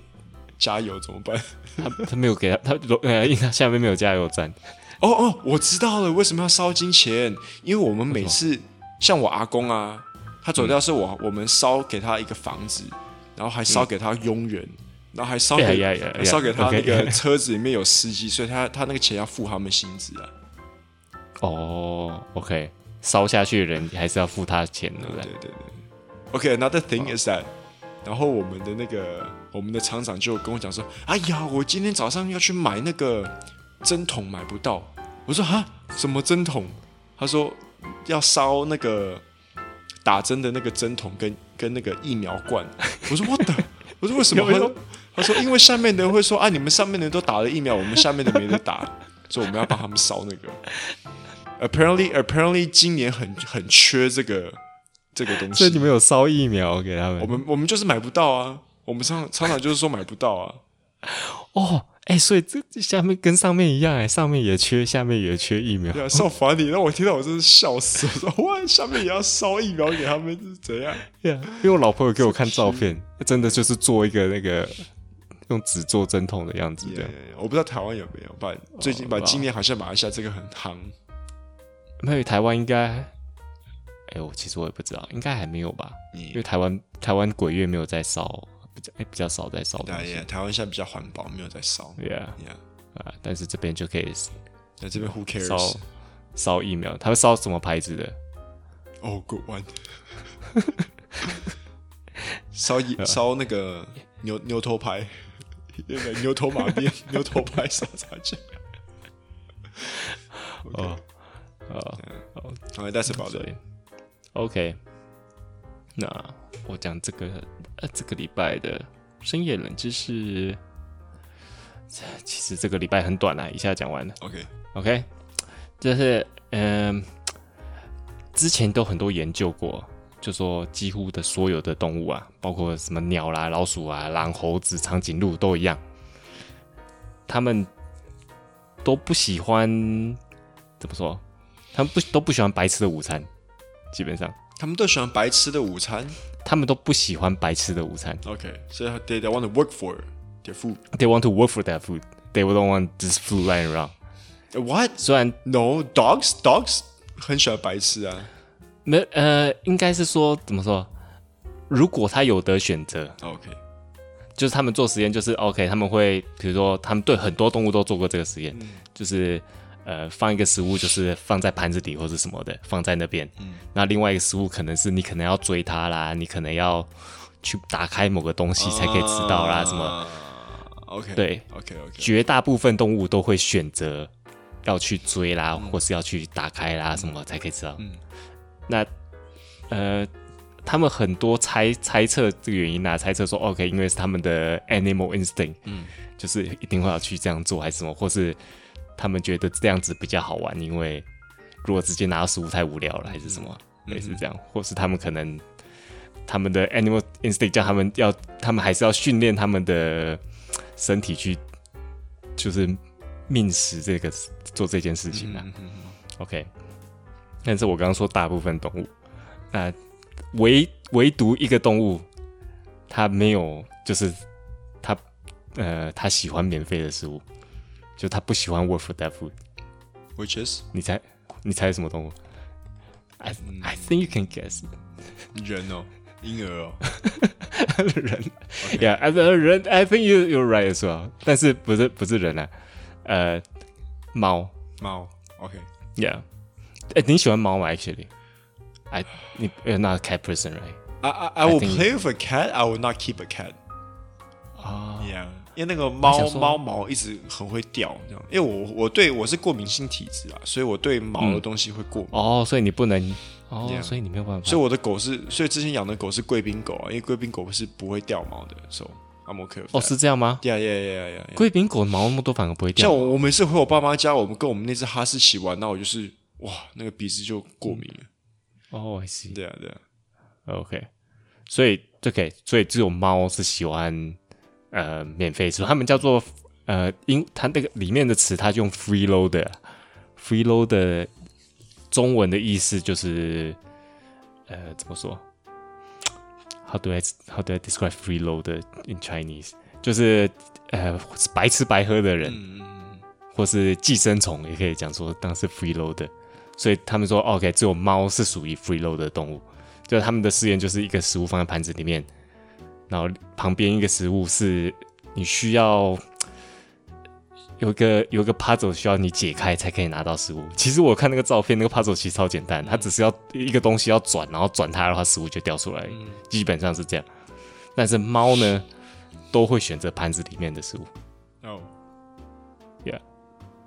A: 加油怎么办？
B: 他他没有给他他呃，因为他下面没有加油站，
A: 哦哦，我知道了，为什么要烧金钱？因为我们每次像我阿公啊，他走掉是我、
B: 嗯
A: 我们烧给他一个房子，然后还烧给他佣人，然后还烧给
B: Yeah, yeah, yeah, yeah.
A: 还烧给他那个
B: Okay.
A: 车子里面有司机，所以他他那个钱要付他们薪资啊。
B: 哦，OK，烧下去的人还是要付他钱，对不
A: 对
B: 对？
A: 对对。OK，another、thing is that，然后我们的那个我们的厂长就跟我讲说，哎呀，我今天早上要去买那个针筒，买不到。我说哈，什么针筒？他说要烧那个打针的那个针筒跟跟那个疫苗罐。 我说 what the？我说为什么？他
B: 有有
A: 说他说因为下面的人会说啊，你们上面的人都打了疫苗，我们下面的没得打，所以我们要帮他们烧那个。Apparently, apparently，今年很很缺这个这个东
B: 所以
A: 西
B: 你。们有烧疫苗给他
A: 我
B: 们？
A: 们我们就是买不到啊，我们常常常就是说买不到啊。
B: 哦，哎、所以这这下面跟上面一样哎、上面也缺，下面也缺疫苗
A: 对。啊，少法你让我听到我真是笑死，我 说哇，下面也要烧疫苗给他们是怎样？
B: 对啊，因为我老婆有给我看照片，真的就是做一个那个用纸做针筒的样子，这样。
A: 我不知道台湾有没有，把
B: 哦
A: 最近把
B: 哇
A: 今年好像马来西亚这个很夯，
B: 没有台湾应该，哎、我其实我也不知道，应该还没有吧？因为台湾台湾鬼月没有在烧，比较哎、比较少在烧东
A: 对啊
B: 西。
A: 也台湾现在比较环保，没有在烧。
B: 对啊，
A: Yeah，
B: 啊，但是这边就可以
A: 那这边 Who
B: 烧
A: cares？
B: 烧疫苗，他会烧什么牌子的？
A: 哦，Good one，烧 野烧那个牛牛头牌，那个牛头马 鞭，牛头牌烧茶酱。
B: 哦，
A: 嗯好，That's about
B: 所
A: it。
B: 以 OK，那我讲这个呃这个礼拜的深夜冷知识，这其实这个礼拜很短啊啦，一下讲完了。
A: OK，
B: OK，就是嗯、之前都很多研究过，就说几乎的所有的动物啊，包括什么鸟啦、老鼠啊、狼、猴子、长颈鹿都一样，它们都不喜欢怎么说？他们不都不喜欢白吃的午餐，基本上
A: 他们都喜欢白吃的午餐。
B: 他们都不喜欢白吃的午餐。
A: OK，所以 they they want to work for their food。
B: They want to work for that food. They don't want this food lying around.
A: What?
B: 虽然
A: No, dogs dogs 很喜欢白吃啊。
B: 没呃，应该是说怎么说？如果他有得选择，
A: OK，
B: 就是他们做实验，就是 OK，他们会比如说他们对很多动物都做过这个实验，就是呃放一个食物就是放在盘子底或是什么的放在那边，那另外一个食物可能是你可能要追它啦，你可能要去打开某个东西才可以吃到啦，什么？
A: 啊 OK，
B: 对
A: ，OK OK，
B: 绝大部分动物都会选择要去追啦，或是要去打开啦，什么才可以知道。
A: 嗯
B: 那呃，他们很多猜猜测这个原因啊，猜测说 OK，因为是他们的 animal instinct，
A: 嗯，
B: 就是一定会要去这样做，还是什么，或是他们觉得这样子比较好玩，因为如果直接拿到食物太无聊了，还是什么，类似这样，或是他们可能他们的 animal instinct 叫他们要，他们还是要训练他们的身体去，就是觅食这个做这件事情啊。OK，但是我刚刚说大部分动物，那唯唯独一个动物，它没有，就是它呃，它喜欢免费的食物，就它不喜欢 work for that food。
A: ，Which is
B: 你猜，你猜什么动物？I I think you can guess
A: 人哦，婴儿哦，
B: 人。Yeah, as a 人，I think you you're right as well。但是不是不是人啊，呃，猫。
A: 猫，OK，
B: Yeah，哎，你喜欢猫吗？Actually，I 你 you're not a cat person, right？
A: I I I will
B: think-
A: play with a cat. I will not keep a cat.
B: 啊、
A: Yeah，因为那个猫
B: 想说
A: 猫毛一直很会掉，这样。因为我我对我是过敏性体质啊，所以我对毛的东西会过敏。
B: 哦，所以你不能，哦
A: Yeah
B: 所以你没有办法。
A: 所以我的狗是，所以之前养的狗是贵宾狗啊，因为贵宾狗是不会掉毛的，so I'm okay with that.
B: 哦，是这样吗？
A: Yeah, yeah, yeah, yeah. yeah.
B: 贵宾狗毛那么多反而不会
A: 像
B: 掉。
A: 我我每次回我爸妈家，我们跟我们那只哈士奇玩，那我就是哇，那个鼻子就过敏了。
B: 哦，I see。
A: 对啊，对啊，
B: OK，所以 OK，所以只有猫是喜欢呃免费吃，他们叫做呃英，它那个里面的词，它就用 freeloader，freeloader 的中文的意思就是呃怎么说？How do I how do I describe freeloader in Chinese？就是呃白吃白喝的人，或是寄生虫也可以讲说当是 freeloader，所以他们说哦 OK，只有猫是属于 freeloader 的动物。就他们的试验就是一个食物放在盘子里面，然后旁边一个食物是你需要有一个有一个 puzzle 需要你解开才可以拿到食物。其实我看那个照片，那个 puzzle 其实超简单，它只是要一个东西要转，然后转它的话，食物就掉出来，基本上是这样。但是猫呢，都会选择盘子里面的食物。
A: 哦，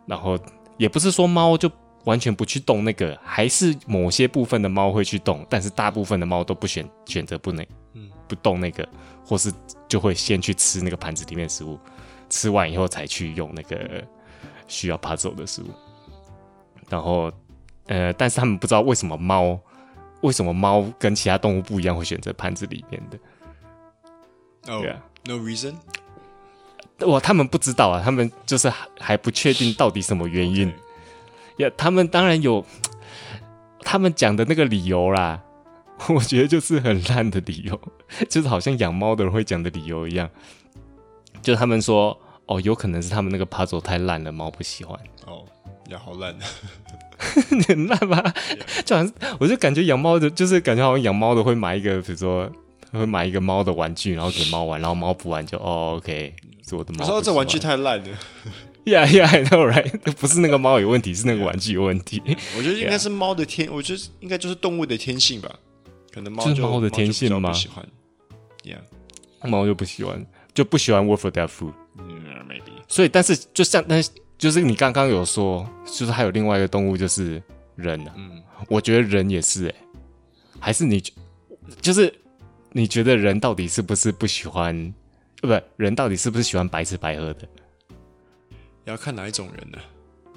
B: 然后也不是说猫就完全不去动那个，还是某些部分的猫会去动，但是大部分的猫都不选选择不能，
A: 嗯
B: 不动那个，或是就会先去吃那个盘子里面的食物，吃完以后才去用那个需要爬走的食物。然后，呃，但是他们不知道为什么猫，为什么猫跟其他动物不一样会选择盘子里面的。
A: 哦
B: Yeah.
A: ，No reason，
B: 哇，他们不知道啊，他们就是还还不确定到底什么原因。呀他们当然有他们讲的那个理由啦， 我觉得就是很烂的理由， 就是好像养猫的人会讲的理由一样，就他们说哦，有可能是他们那个 puzzle 太烂了，猫不喜欢，
A: 哦，呀，好烂啊的，
B: 很烂吧？就好像我就感觉养猫的，就是感觉好像养猫的会买一个，比如说。会买一个猫的玩具，然后给猫玩，然后猫不玩就哦，OK，是我的
A: 我
B: 猫不喜欢。
A: 说这玩具太烂 了，
B: Yeah, yeah, I know, right？不 是那个猫有问题，是那个玩具有问题。
A: 我觉得应该是猫的天，我觉得应该就是动物的天性吧，可能猫
B: 这是
A: 就
B: 猫的天性
A: 猫就比较
B: 吗
A: 不喜欢，Yeah，
B: 猫就不喜欢，就不喜欢 work for that food。
A: 嗯，maybe，
B: 所以，但是就像，但是就是你刚刚有说，就是还有另外一个动物就是人、啊，
A: 嗯，
B: 我觉得人也是、欸，还是你觉就是你觉得人到底是不是不喜欢，呃不，人到底是不是喜欢白吃白喝的
A: 要看哪一种人呢？啊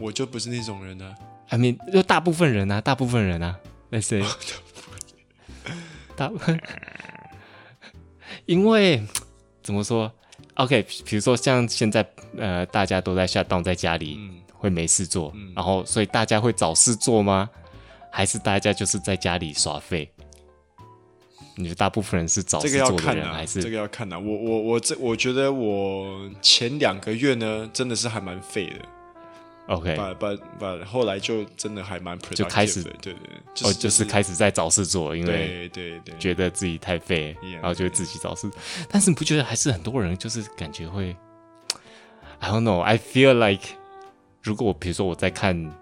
A: 我就不是那种人啊呢，
B: ？I mean，就大部分人啊，大部分人啊那些 大部分，因为怎么说？OK，比如说像现在呃，大家都在下档在家里，
A: 嗯
B: 会没事做，然后所以大家会找事做吗？还是大家就是在家里耍废？你觉得大部分人是找
A: 这
B: 事
A: 个要
B: 做的
A: 看
B: 人，
A: 啊，
B: 还
A: 这
B: 是
A: 个要看啊。我我我这我觉得我前两个月呢，真的是还蛮废的。
B: OK，哦
A: 把把把，后来就真的还蛮 productive
B: 就开始
A: 的对对，对
B: 哦，就是开始在找事做，因
A: 对
B: 为
A: 对对，
B: 觉得自己太废了
A: Yeah，
B: 然后就会自己找事。但是你不觉得还是很多人就是感觉会，I don't know, I feel like，如果我比如说我在看，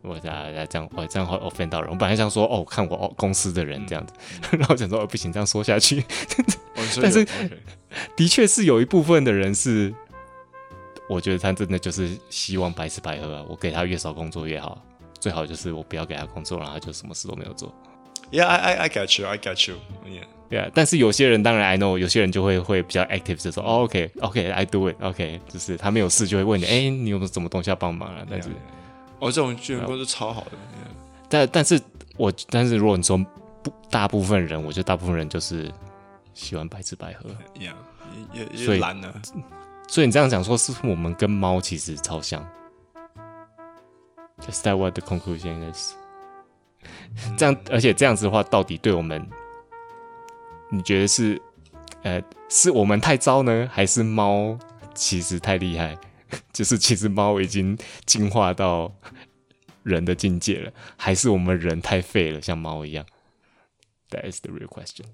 B: 我在这样我这样会 offend 到人。我本来想说哦，看我公司的人这样子， 然后我想说哦不行，这样说下去，
A: 哦所以
B: 但是
A: 有 OK
B: 的确是有一部分的人是，我觉得他真的就是希望白吃白喝啊，我给他越少工作越好，最好就是我不要给他工作，然后他就什么事都没有做。
A: Yeah, I, I, I got you. I got you. Yeah.
B: 对啊，但是有些人当然 I know，有些人就会会比较 active，就说、哦、OK OK I do it OK，就是他没有事就会问你，哎、你有没有什么东西要帮忙啊？但是
A: 哦，这种员工是超好的。
B: 但但是我但是如果你说不大部分人，我觉得大部分人就是喜欢白吃白喝，
A: Yeah. yeah，也
B: 所
A: 也
B: 以
A: 懒了。
B: 所以你这样讲说，是不是我们跟猫其实超像？Is that what the conclusion is？这样，而且这样子的话，到底对我们，你觉得是，呃，是我们太糟呢，还是猫其实太厉害？ 就是其实猫已经进化到人的境界了，还是我们人太废了，像猫一样？That is the real question.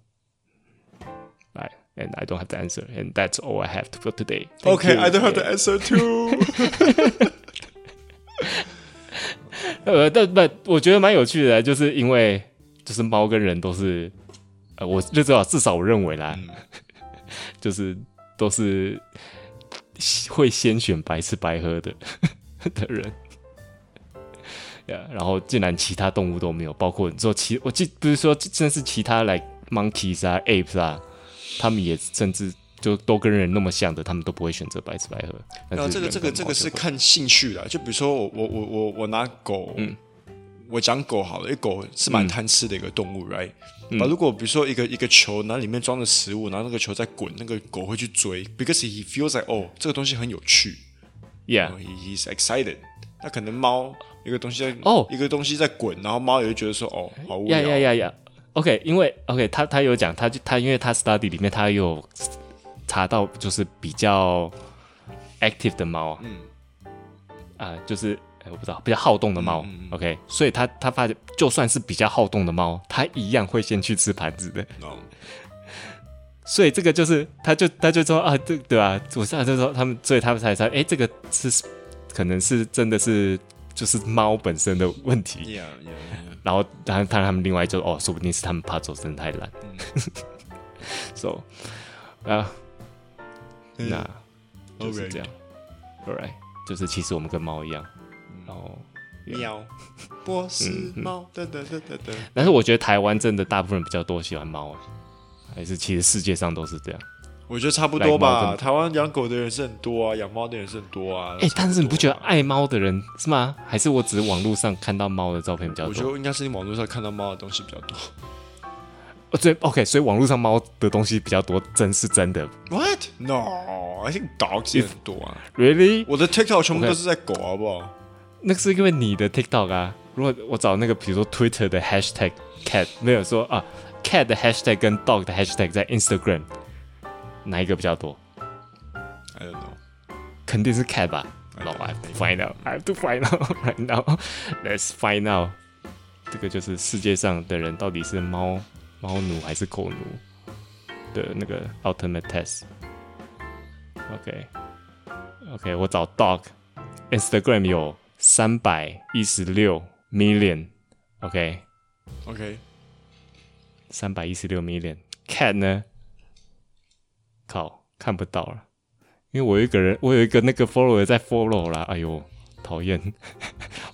B: Right, and I don't have the answer, and that's all I have to for today. Thank
A: Okay,
B: you.
A: I don't have
B: Yeah.
A: the answer too.
B: 呃，但但我觉得蛮有趣的，就是因为就是猫跟人都是，呃，我就知道，至少我认为啦，
A: 嗯
B: 就是都是会先选白吃白喝的 的人。Yeah, 然后竟然其他动物都没有，包括你说其我记不是说真是其他 like monkeys 啊 apes 啊，他们也甚至就都跟人那么像的，他们都不会选择白吃白喝。
A: 然
B: 但
A: 后
B: 是
A: 这个
B: 人
A: 这个
B: 跟
A: 这
B: 猫
A: 个
B: 就是会
A: 看兴趣的，就比如说我我我我我拿狗，
B: 嗯
A: 我讲狗好了，因为狗是蛮贪吃的一个动物，right？啊，
B: 嗯
A: 如果比如说一个一个球，然后里面装着食物，然后那个球在滚，那个狗会去追，because he feels like 哦，这个东西很有趣
B: yeah，
A: 哦，he he's excited。那可能猫一个东西在
B: 哦
A: 一个东西在滚，然后猫也会觉得说哦，好无聊
B: 呀呀呀呀！OK，因为 OK，他他有讲，他就他因为他 study 里面他有查到，就是比较 active 的猫啊，
A: 嗯
B: 啊、就是哎我不知道比较好动的猫、o k 所以他他发现，就算是比较好动的猫，它一样会先去吃盘子的。
A: 哦。
B: 所以这个就是，他就他就说啊，这对吧、啊？我上次说他们，所以他们才猜，哎，这个是可能是真的是就是猫本身的问题。
A: Yeah, yeah, yeah.
B: 然后当然，当然他们另外就哦，说不定是他们怕走真的太懒。so 啊、
A: 嗯
B: 那就是这样。Alright，就是其实我们跟猫一样，然后，
A: 喵，波斯猫，噔噔噔噔噔。
B: 但是我觉得台湾真的大部分人比较多喜欢猫，啊还是其实世界上都是这样。
A: 我觉得差不多
B: 来猫
A: 吧。
B: 跟
A: 台湾养狗的人是很多啊，养猫的人是很多啊。
B: 哎、但是你不觉得爱猫的人是吗？还是我只是网络上看到猫的照片比较
A: 我觉得
B: 多？
A: 应该是你网络上看到猫的东西比较多。
B: 哦，对，OK，所以网络上猫的东西比较多，真是真的。
A: What? No, I think dogs 也很多啊。
B: Really？
A: 我的 TikTok 全部
B: OK
A: 都是在狗，好不好？
B: 那是因为你的 TikTok 啊。如果我找那个，比如说 Twitter 的 hashtag cat，没有说啊 cat 的 hashtag 跟 dog 的 hashtag 在 Instagram 哪一个比较多？
A: I don't know.
B: 肯定是 cat 吧。
A: 哎
B: No, I have to find out. I have to find out right now. Let's find out. 这个就是世界上的人到底是猫猫奴还是狗奴的那个 ultimate test。OK OK，我找 dog Instagram 有三百一十六 million。OK，
A: OK，
B: 三百一十六 million。Cat 呢？靠，看不到了，因为我有一个人，我有一个那个 follower 在 follow 啦。哎呦，讨厌，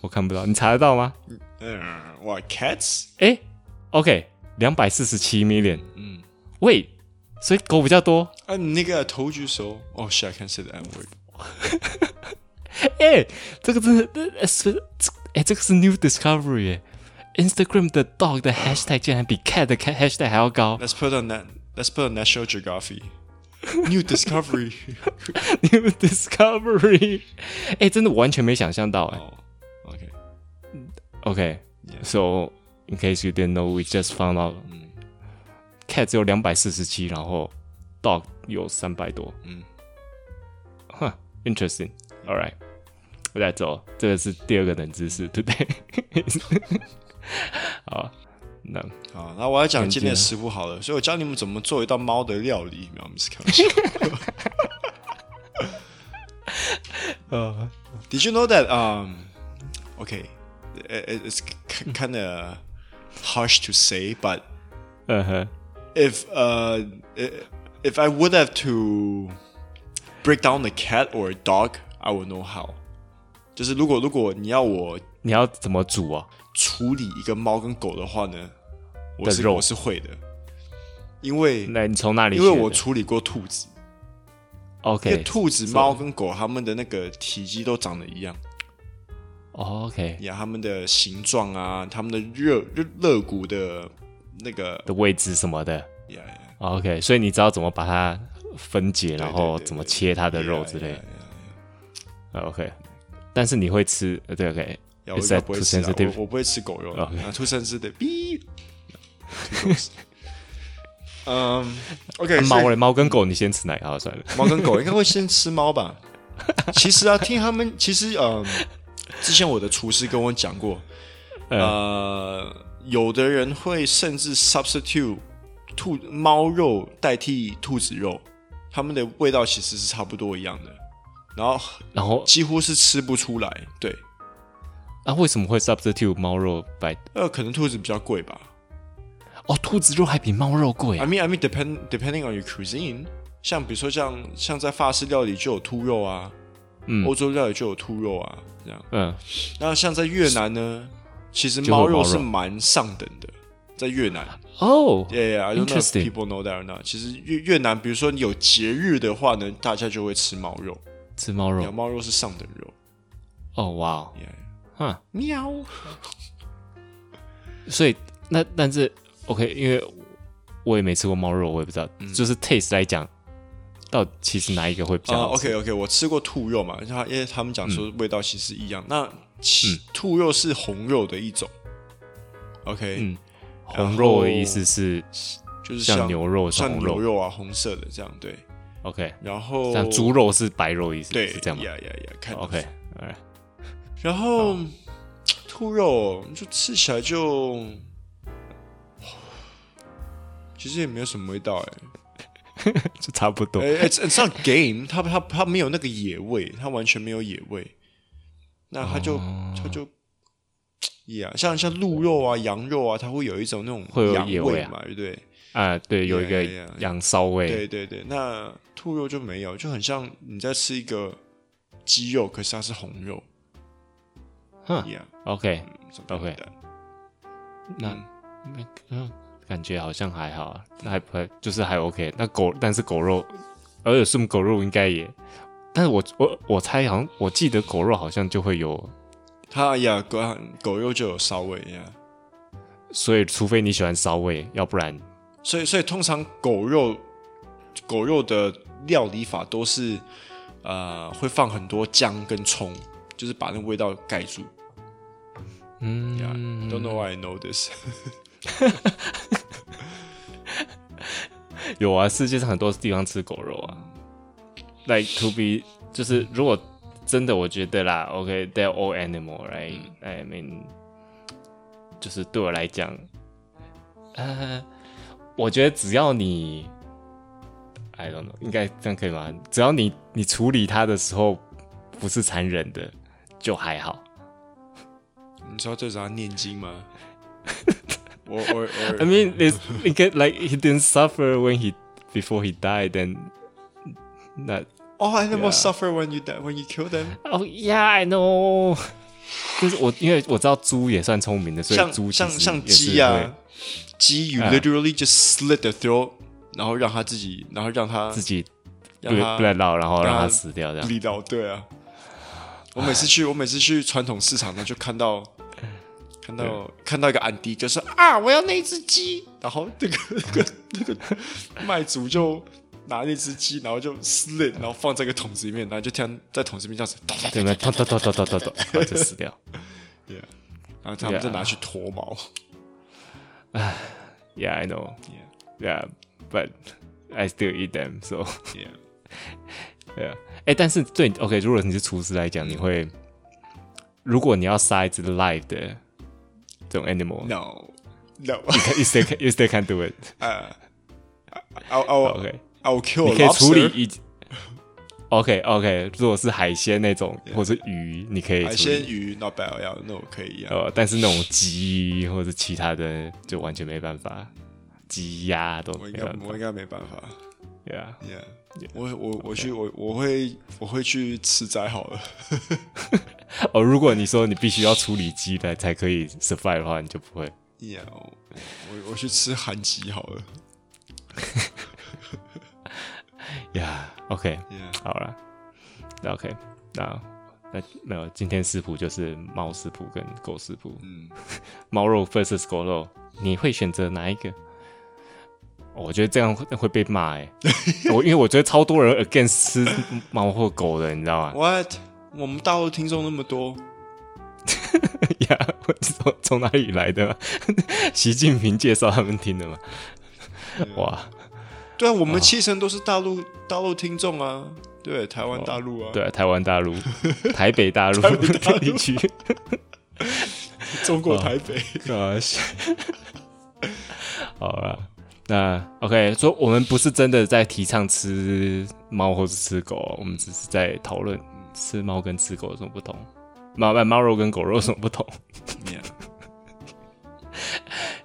B: 我看不到，你查得到吗？
A: 嗯，哇，cats？
B: 哎、o k 两百四十七 million。
A: 嗯，
B: 喂，所以狗比较多。
A: 啊，你那个头举手。Oh shit, I can't say the N word.
B: 哎、这个真的呃是，哎、这个是 new discovery 哎、Instagram 的 dog 的 hashtag 竟然比 cat 的 hashtag 还要高。
A: Let's put on that. Let's put on National Geography. New discovery.
B: New discovery，哎、真的我完全没想象到哎、
A: 哦，OK，
B: Okay,
A: Yeah.
B: so in case you didn't know, we just found out
A: 嗯
B: cat 只有两百四十七，然后 dog 有三百多。
A: 嗯
B: ，Huh, interesting. All right. 我再走，这个是第二个冷知识，today 好，那
A: 好，那我要讲今天的食谱好了，所以我教你们怎么做一道猫的料理，没有，我们是开玩笑。
B: 呃
A: Did you know that? Um, okay, it, it- it's kind of harsh to say, but
B: 嗯哼，
A: if uh, i- if I would have to break down a cat or a dog, I would know how. 就是如果如果你要我
B: 你要怎么煮啊？
A: 处理一个猫跟狗的话呢，我
B: 的
A: 是
B: 肉
A: 我是会的，因为
B: 那你从哪里
A: 因
B: 学
A: 为
B: 的？
A: 我处理过兔子，因为
B: OK
A: 兔子、猫跟狗它们的那个体积都长得一样，
B: 哦 OK
A: 呀，它们的形状啊，它们的热肋肋骨的那个
B: 的位置什么的
A: 呀呀
B: 哦，OK，所以你知道怎么把它分解，然后
A: 对
B: 怎么切它的肉之类
A: 呀
B: 的
A: 呀呀
B: 哦，OK。但是你会吃，呃对 OK，
A: 呀我
B: Is
A: 应该
B: that
A: 不会
B: too
A: 吃啊，我
B: sensitive？
A: 我不会吃狗肉的
B: OK
A: 啊，兔生吃的哔。兔 狗嗯，OK，所以
B: 猫嘞，猫跟狗你先吃哪个？好，算了，
A: 猫跟狗应该会先吃猫吧？ 其实啊，听他们，其实嗯，之前我的厨师跟我讲过，呃，有的人会甚至 substitute 兔猫肉代替兔子肉，它们的味道其实是差不多一样的，然后
B: 然后
A: 几乎是吃不出来。对，
B: 啊，为什么会 substitute 猫肉白？
A: 呃，可能兔子比较贵吧。
B: 哦，兔子肉还比猫肉贵
A: I
B: 啊！
A: mean, I mean, depend depending on your cuisine，像比如说像像在法式料理就有兔肉啊，
B: 嗯
A: 欧洲料理就有兔肉啊，这样。
B: 嗯，
A: 那像在越南呢，其实
B: 就会有
A: 猫肉
B: 猫肉
A: 是蛮上等的，在越南。
B: 哦，
A: Yeah, yeah, I don't know if
B: Interesting.
A: people know that or not. 其实越越南，比如说你有节日的话呢，大家就会吃猫肉，
B: 吃猫
A: 然后
B: 肉，
A: 猫肉是上等肉。
B: 哦哇哦，
A: Yeah, 啊
B: 哈，
A: 喵。
B: 所以那但是 OK，因为我也没吃过猫肉，我也不知道，
A: 嗯
B: 就是 taste 来讲，到底其实哪一个会比较
A: 啊、
B: 好
A: o
B: 吃
A: k OK，我吃过兔肉嘛，他因为他们讲说
B: 嗯
A: 味道其实一样。那其、兔肉是红肉的一种，OK，、
B: 嗯红肉的意思是
A: 就是
B: 像牛肉是
A: 像
B: 红
A: 牛
B: 肉
A: 肉啊，红色的这样对。
B: ，OK，
A: 然后
B: 像猪肉是白肉的意思，
A: 哦对，
B: 是这样吗
A: 呀呀呀，看
B: ？OK，
A: 然后、
B: 嗯
A: 兔肉就吃起来就，其实也没有什么味道哎、
B: 就差不多。
A: 欸。it's it's not game，它它它没有那个野味，它完全没有野味。那它就、
B: 哦
A: 它就，呀、yeah,，像像鹿肉啊、羊肉啊，它会有一种那种
B: 会有
A: 羊
B: 野味啊
A: 嘛，对不对？
B: 啊，对，有一个
A: Yeah, yeah, yeah.
B: 羊骚味，
A: 对对对，那兔肉就没有，就很像你在吃一个鸡肉，可是它是红肉。
B: 哼
A: Yeah,
B: ，OK，
A: something like
B: OK
A: that.
B: 那那嗯，感觉好像还好啊，还还就是还 OK。那狗，但是狗肉，而且是狗肉应该也，但是我我我猜好像我记得狗肉好像就会有，
A: 它呀，狗狗肉就有骚味呀，
B: 所以除非你喜欢骚味，要不然
A: 所以所以通常狗肉狗肉的料理法都是呃会放很多姜跟葱，就是把那味道盖住。
B: 嗯
A: Yeah, don't know why I know this.
B: 有啊，世界上很多地方吃狗肉啊。Like to be，就是如果真的，我觉得啦，OK，they're、all animal，right？I mean，就是对我来讲，呃，我觉得只要你，I don't know，应该这样可以吗？只要你你处理它的时候不是残忍的，就还好。
A: 你知道这是他念经 吗？我我我
B: I mean, it's it get like he didn't suffer when he before he died, then that
A: all animals
B: Yeah.
A: ，Oh, suffer when you die, when you kill them.
B: 哦呀，I know，就是我，因为我知道猪也算聪明的，所以
A: 像
B: 猪其
A: 像
B: 实
A: 像
B: 也是
A: 鸡
B: 会
A: 啊，鸡 you
B: 啊
A: literally just slit the throat，然后让它自己，然后让它
B: 自己不
A: 让它
B: 不来闹，然后
A: 让
B: 让
A: 它
B: 它死掉这样。
A: 力道，对啊。我每次去，我每次去传统市场呢，就看到
B: 嗯
A: 看到看到一个安迪，就是啊，我要那只鸡，然后那个 那个那个卖主就拿那只鸡，然后就撕了，然后放在一个桶子里面，然后就听在桶子里面这样子，咚咚
B: 对不对？咚咚咚咚咚咚咚，然后就死掉。
A: 咚 yeah 然后他们
B: Yeah
A: 再拿去脱毛。
B: Yeah, I know.
A: Yeah,
B: Yeah, but I still eat them. So
A: yeah.
B: yeah. 哎，但是对 OK，如果你是厨师来讲，你会如果你要杀一只 live 的这种 animal，
A: No, no.
B: you still can, you still can do it。
A: I'll, I'll,
B: OK，
A: I'll kill.
B: 你
A: a
B: 可以处理
A: 哦 lobster.
B: 一。OK OK，如果是海鲜那种或是鱼，你可以
A: 海
B: 处理
A: 鲜鱼 not bad，要那我可以呀。
B: 呃，但是那种鸡或者其他的就完全没办法，鸡鸭都
A: 我
B: 没
A: 应该
B: 办法
A: 我应该没办法。
B: 对啊。
A: Yeah，我我我去我我会我会去吃斋好了。
B: 哦，如果你说你必须要处理鸡来才可以 survive 的话，你就不会。
A: Yeah，我我我去吃韩鸡好了。
B: 呀、yeah,，OK，
A: Yeah，
B: 好了，那 OK，那那那今天食谱就是猫食谱跟狗食谱，
A: 嗯，
B: 猫肉 vs 狗肉，你会选择哪一个？我觉得这样会会被骂 哎、我因为我觉得超多人 against 吃猫或狗的，你知道吗？
A: What？我们大陆听众那么多，
B: 呀，我知道从哪里来的吗？ 习近平介绍他们听的吗？哇，
A: 对啊，我们七成都是大陆大陆听众啊，对，台湾大陆啊，
B: 对啊、台湾大陆、台北大陆地区，
A: 中国台北，
B: 啊，是好了，那 OK，所以我们不是真的在提倡吃猫或是吃狗哦，我们只是在讨论吃猫跟吃狗有什么不同，猫呃猫肉跟狗肉有什么不同
A: Yeah，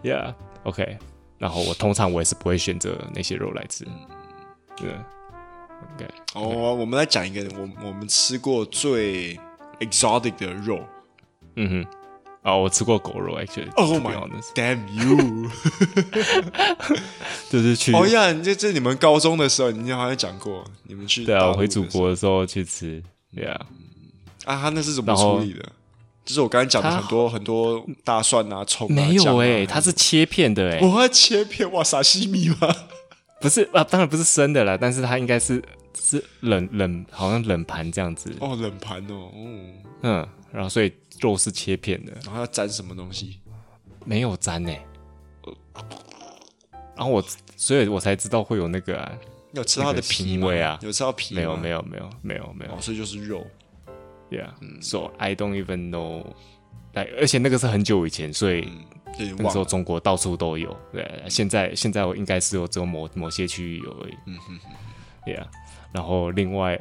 B: ？Yeah，OK，、然后我通常我也是不会选择那些肉来吃，对 ，OK，
A: 哦，我们来讲一个我我们吃过最 exotic 的肉
B: 嗯哼，啊，我吃过狗肉，actually，
A: ，Oh
B: to be
A: my
B: honest，
A: damn you！
B: 就是去
A: 哦呀，你这这你们高中的时候，你好像讲过，你们去
B: 对
A: 大
B: 啊，
A: 陆
B: 我
A: 的
B: 回
A: 时
B: 祖
A: 候
B: 国的时候去吃，Yeah，
A: 啊，他那是怎么
B: 然后
A: 处理的？就是我刚才讲的
B: 他
A: 很多很多大蒜啊、葱啊、
B: 没有
A: 哎、
B: 哎，它是切片的哎，
A: 我要切片哇，沙西米吗？
B: 不是啊，当然不是生的啦，但是它应该是是冷冷，好像冷盘这样子，
A: 哦，冷盘哦，哦，
B: 嗯，然后所以肉是切片的，
A: 然后要沾什么东西？
B: 没有沾哎，然后我所以我才知道会有那个啊，
A: 有吃它的皮
B: 那个腥
A: 吗？
B: 味啊
A: 有吃到皮
B: 没有没
A: 有，
B: 有没有没有没有
A: 哦，所以嗯就是肉。
B: ，Yeah，so I don't even know，like, 而且那个是很久以前，所
A: 嗯
B: 以。
A: 对，
B: 那个
A: 忘
B: 时候
A: 了。
B: 中国到处都有，对，现在现在我应该是有只有某某些区域有而已，嗯哼，Yeah，然后另外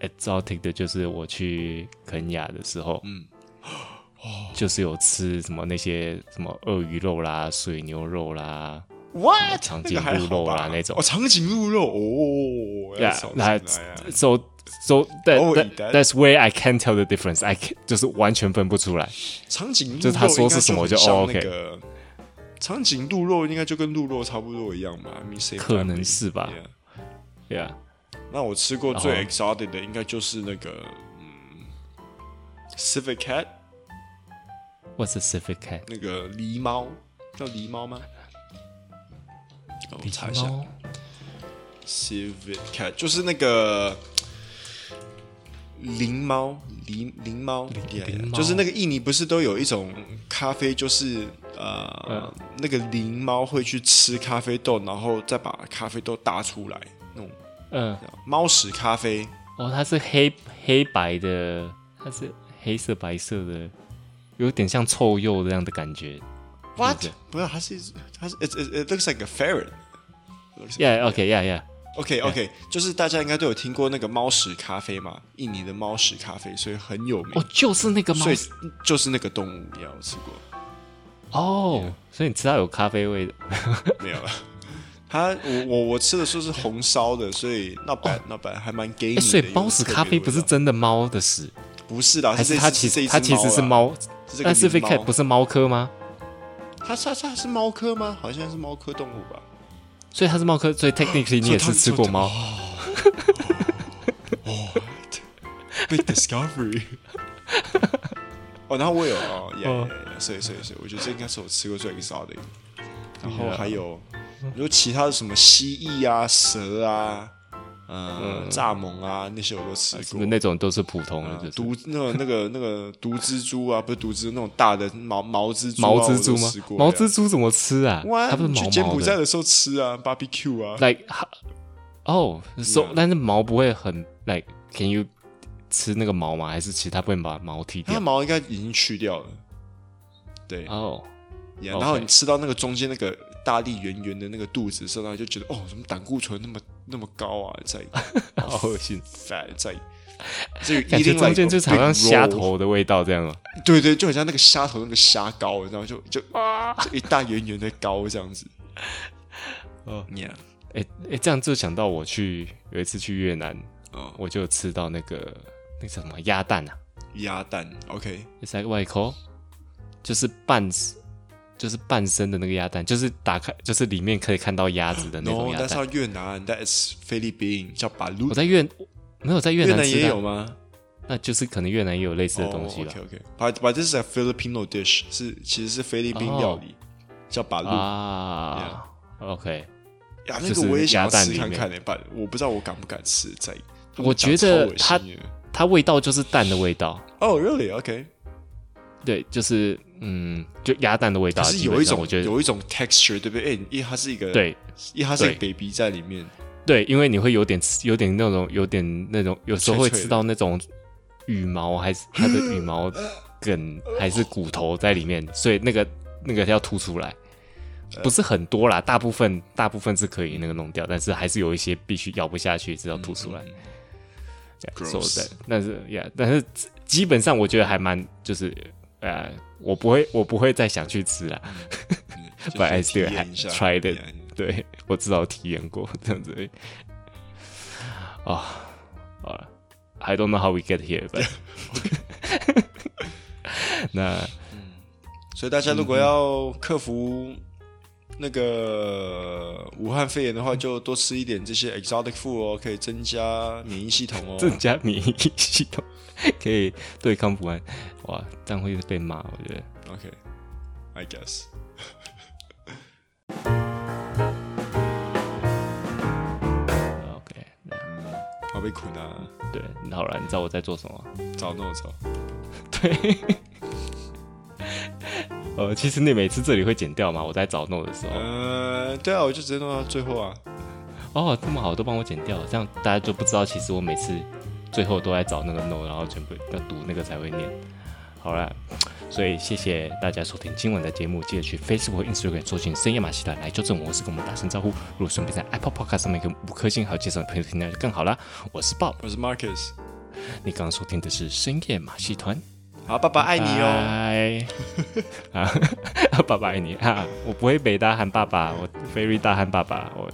B: exotic 的就是我去肯雅的时候，嗯， 就是有吃什么那些什么鳄鱼肉啦、水牛肉 啦，
A: What？
B: 长
A: 那
B: 颈
A: 个还
B: 鹿
A: 好
B: 肉啦
A: 吧
B: 那 种
A: 哦，长颈鹿肉哦，要
B: Yeah，
A: 少进
B: 那
A: 来啊
B: so so that,
A: Oh,
B: that
A: that-
B: that's where I can tell the difference. I can, 就是完全分不出来。
A: 长颈鹿
B: 就是他说是什么
A: 我
B: 就哦
A: 像
B: ，OK
A: 那个长颈鹿肉应该就跟鹿肉差不多一样吧？I mean, same
B: 可能
A: family，
B: 是吧
A: yeah
B: Yeah，
A: 那我吃过最
B: 然
A: exotic 的应该就是那个嗯，civet cat
B: what's the civet cat？
A: 那个狸猫，叫狸猫吗？让我查一下
B: 狸猫
A: ，civet cat 就是那个灵猫，灵灵猫，yeah, yeah，
B: 灵猫
A: 就是那个印尼不是都有一种咖啡，就是呃、
B: 嗯
A: 那个灵猫会去吃咖啡豆，然后再把咖啡豆打出来，那种
B: 嗯。
A: 猫屎咖啡。
B: 哦，它是黑黑白的，它是黑色白色的，有点像臭鼬这样的感觉。
A: What？不是，它是它是 it it it looks like a ferret。
B: Yeah, OK, yeah, yeah.
A: OK OK，就是大家应该都有听过那个猫屎咖啡嘛，印尼的猫屎咖啡，所以很有名。
B: 哦，就是那个猫
A: 所以就是那个动物，也有吃过
B: 哦，所以你吃到有咖啡味的。
A: 没有了？ 它我我我吃的时候是红烧的，所以那白那白还蛮给你
B: 哎，
A: 的。
B: 所以
A: 有
B: 猫屎
A: 特别
B: 咖啡
A: 的
B: 不是
A: 味道
B: 真的猫的屎，
A: 不是啦，
B: 还
A: 是
B: 是
A: 这
B: 它
A: 只
B: 其
A: 这一
B: 实
A: 只
B: 它其实是
A: 啦，
B: 猫，
A: 是这个
B: 但是
A: 狸
B: v i
A: 猫
B: c a 不是猫科吗？
A: 它它它是猫科吗？好像是猫科动物吧。
B: 所以它是猫科，所以 technically 你也是吃过猫。
A: Big discovery 。哦，然后我有哦，耶耶耶，所以所以所以，我觉得这应该是我吃过最 exotic 的。然后还有，你说其他的什么蜥蜴啊、蛇啊、呃、蚱蜢啊那些我都吃
B: 是
A: 过
B: 不
A: 啊
B: 是。那种都是普通的，就是
A: 毒那个那个那个毒蜘蛛啊，不是毒蜘蛛，那种大的毛毛蜘蛛啊、
B: 毛蜘蛛
A: 我都
B: 吗
A: 吃？过
B: 毛
A: 呀
B: 蜘蛛怎么吃啊？
A: 哇，
B: 它不是毛
A: 去柬
B: 毛
A: 埔寨
B: 的
A: 的时候吃啊，barbecue 啊，
B: oh, ，like 哈哦，so 但是毛不会很 like can you 吃那个毛吗？还是其实他不会把毛剃
A: 它的
B: 掉？
A: 毛应该已经去掉了。对
B: 哦，
A: 呀
B: OK
A: 然后你吃到那个中间那个大力圆圆的那个肚子的时候，然后就觉得哦，怎么胆固醇那么那么高啊？在
B: 好恶心，
A: fat 在，至于
B: 感觉
A: eating
B: 中间
A: like
B: 就是好
A: a
B: 像
A: big
B: 虾
A: roll
B: 头的味道这样哦。
A: 对对，就很像那个虾头那个虾膏，然后就就
B: 啊
A: 就一大圆圆的膏这样子。
B: 哦
A: ，Yeah，
B: 哎、哎、这样就想到我去有一次去越南，
A: 哦
B: 我就吃到那个那个叫什么鸭蛋啊
A: 鸭蛋，OK，
B: ，It's like what you call，就是半就是半生的那个鸭蛋，就是打开就是里面可以看到鸭子的那
A: 然后
B: 种鸭
A: 哦那是
B: 蛋。
A: 到越南，That is 菲律宾，叫巴鲁
B: 我，在越没有在越
A: 越
B: 南
A: 南
B: 吃
A: 也
B: 的
A: 有
B: 啊，
A: 吗？
B: 那就是可能越南也有类似的东西吧。
A: OK OK，把把这是 Filipino dish，是其实是菲律宾
B: 哦
A: 料理，叫巴鲁呀。
B: 啊，OK，
A: 那
B: 就
A: 个
B: 是
A: 我也想
B: 鸭
A: 要
B: 蛋
A: 吃
B: 里
A: 看
B: 面
A: 看嘞，但我不知道我敢不敢吃。在他们
B: 我
A: 讲
B: 觉
A: 超
B: 得
A: 恶
B: 它
A: 心的
B: 它味道就是蛋的味道，
A: 哦，really？OK，
B: 对，就是嗯，就鸭蛋的味道
A: 可
B: 啊。
A: 是
B: 基本
A: 有一
B: 上
A: 种
B: 我觉得
A: 有一种 texture，对不对？哎，因为它是一个
B: 对
A: 因为它是一个
B: 对
A: baby 在里面，
B: 对，因为你会有点吃有点那种有点那种，有时候
A: 脆
B: 会
A: 脆的
B: 吃到那种羽毛还是它的羽毛梗还是骨头在 里面，所以那个那个要吐出来，不是很多啦，大部分大部分是可以那个弄掉，但是还是有一些必须咬不下去，
A: 嗯
B: 是要吐出来。Yeah, so
A: Gross
B: that- 但是，yeah，但是基本上我觉得还蛮就是呃，我不会我不会再想去吃啦。
A: 嗯 就
B: But I
A: 是体
B: still
A: 验一下嗯
B: tried it
A: 体验一下
B: 对我至少体验过这样子而已。啊、好了，I don't know how we get here，but 那
A: 所以大家如
B: 嗯
A: 果要克服那个武汉肺炎的话，就多吃一点这些 exotic food 哦，可以增加免疫系统哦。
B: 增加免疫系统可以对抗不安，哇，这样会被骂，我觉得。
A: OK，I、guess。
B: OK，那
A: 好被困啊，
B: 对，好了，你知道我在做什么？
A: 找那找。
B: 对。 呃，其实你每次这里会剪掉嘛？我在找 n o 的时候，
A: 呃，对啊，我就直接弄到最后啊。
B: 哦，这么好，都帮我剪掉，这样大家就不知道，其实我每次最后都在找那个 no，然后全部要读那个才会念。好啦，所以谢谢大家收听今晚的节目，记得去 Facebook、Instagram 搜寻深夜马戏团来纠正我，或是跟我们打声招呼。如果顺便在 Apple Podcast 上面给我们五颗星，还有介绍给朋友听，那就更好啦。我是 Bob，
A: 我是 Marcus，
B: 你刚刚收听的是深夜马戏团，
A: 好，爸爸爱你哦。
B: 拜。 啊，爸爸爱你啊！我不会北大喊爸爸，我 very 大喊爸爸，我